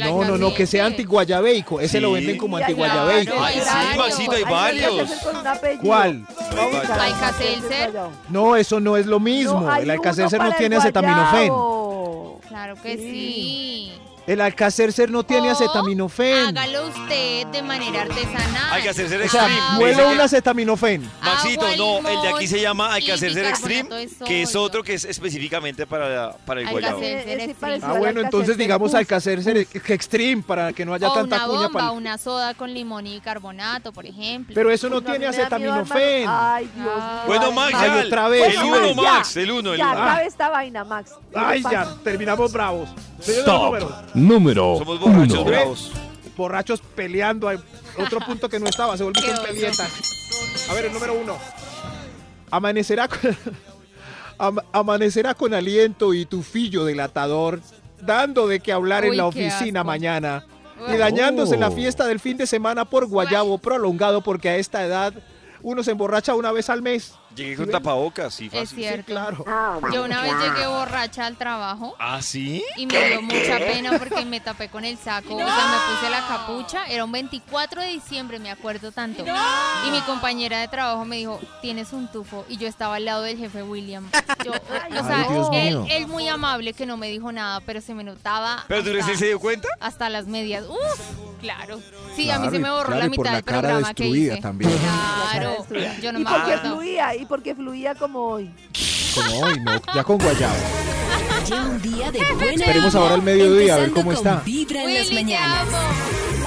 S6: No, no, no, que sea antiguayabeico. Ese
S2: Sí.
S6: lo venden como
S4: Ya,
S6: antiguayabeico.
S4: claro,
S2: Ay, sí,
S4: claro.
S2: Maxito, hay
S4: Ay, no, hay que
S2: varios.
S4: hacer con un apellido.
S6: ¿Cuál?
S4: Vamos a buscar
S3: Hay
S4: un
S3: Alka-Seltzer.
S4: Alka-Seltzer.
S6: No, eso no es lo mismo.
S4: No, hay
S6: el
S4: uno
S6: Alcacercer no
S4: para el
S6: tiene acetaminofén.
S4: guayabo.
S3: Claro que sí.
S6: El Alcacercer no tiene
S3: O
S4: Oh. Ah,
S6: acetaminofén.
S3: Hágalo usted de manera artesanal.
S2: Hay que hacerse el
S6: O sea,
S2: stream. Me dice
S6: muelo un
S2: que-
S6: acetaminofén.
S4: Ah,
S2: Maxito,
S3: Agua,
S2: no, el de aquí
S3: limón
S2: se llama Hay que
S3: y
S2: hacerse el
S3: bicarbonato
S2: stream,
S3: de
S2: que es
S3: sodio.
S2: otro que es específicamente para, para el
S3: Hay que
S2: guayabo.
S3: hacer
S4: Ese
S3: extreme.
S4: parecido
S6: Ah,
S4: al
S6: bueno, entonces
S4: Alka-Seltzer
S6: digamos
S4: Plus.
S6: Alcacercer ex- Extreme para que no haya
S3: o
S6: tanta
S3: una
S6: cuña.
S3: bomba,
S6: para el-
S3: una soda con limón y carbonato, por ejemplo. Ah,
S6: Pero eso no
S4: a mí
S6: tiene
S4: me da miedo,
S6: acetaminofén.
S4: hermano. Ay, Dios mío.
S2: Bueno,
S4: Ay,
S2: Max,
S6: Ay,
S2: ya,
S6: otra vez.
S2: el uno,
S4: ya.
S2: Max, el uno, el
S4: Ya,
S2: uno.
S4: acabe esta vaina, Max.
S6: Ay,
S4: Pasa.
S6: ya, terminamos bravos. Señor de los
S8: Top
S6: números,
S8: número
S2: Somos borrachos
S8: uno.
S2: bravos.
S6: borrachos peleando. hay Otro punto que no estaba, se volvieron pelietas. A ver, el número uno. Amanecerá con, Ama- amanecerá con aliento y tufillo delatador, dando de qué hablar en
S3: Uy,
S6: la
S3: qué
S6: oficina
S3: asco.
S6: mañana. Y
S3: Uy.
S6: dañándose la
S8: Oh.
S6: fiesta del fin de semana por guayabo prolongado, porque a esta edad uno se emborracha una vez al mes.
S2: Llegué con tapabocas, sí,
S3: Es
S2: fácil.
S3: cierto.
S6: Claro.
S3: Yo una vez llegué borracha al trabajo
S2: ¿Ah, sí?
S3: y me dio mucha pena porque me tapé con el saco, o sea, me puse la capucha. Era un 24 de diciembre, me acuerdo tanto. Y mi compañera de trabajo me dijo, tienes un tufo. Y yo estaba al lado del jefe William. Yo, o sea,
S6: Dios
S3: él,
S6: mío.
S3: él muy amable que no me dijo nada, pero se me notaba.
S2: ¿Pero tú
S3: hasta-
S2: se dio cuenta?
S3: hasta las medias. Uf, claro. Sí, a mí
S6: Claro,
S3: se
S6: y-
S3: me borró
S6: claro,
S3: la
S6: y por
S3: mitad
S6: la
S3: del
S6: cara
S3: programa que
S6: destruida
S3: hice.
S6: también.
S3: Ah, Claro, yo no
S4: y
S3: me
S4: porque
S3: acuerdo.
S4: fluía, y porque fluía como hoy.
S6: Como hoy, no, ya con guayabo.
S1: Ya un día de buena
S6: Esperemos ahora el mediodía, a ver cómo
S1: empezando
S6: está.
S1: con Vibra en las
S3: Willy, te
S1: mañanas.
S3: amo.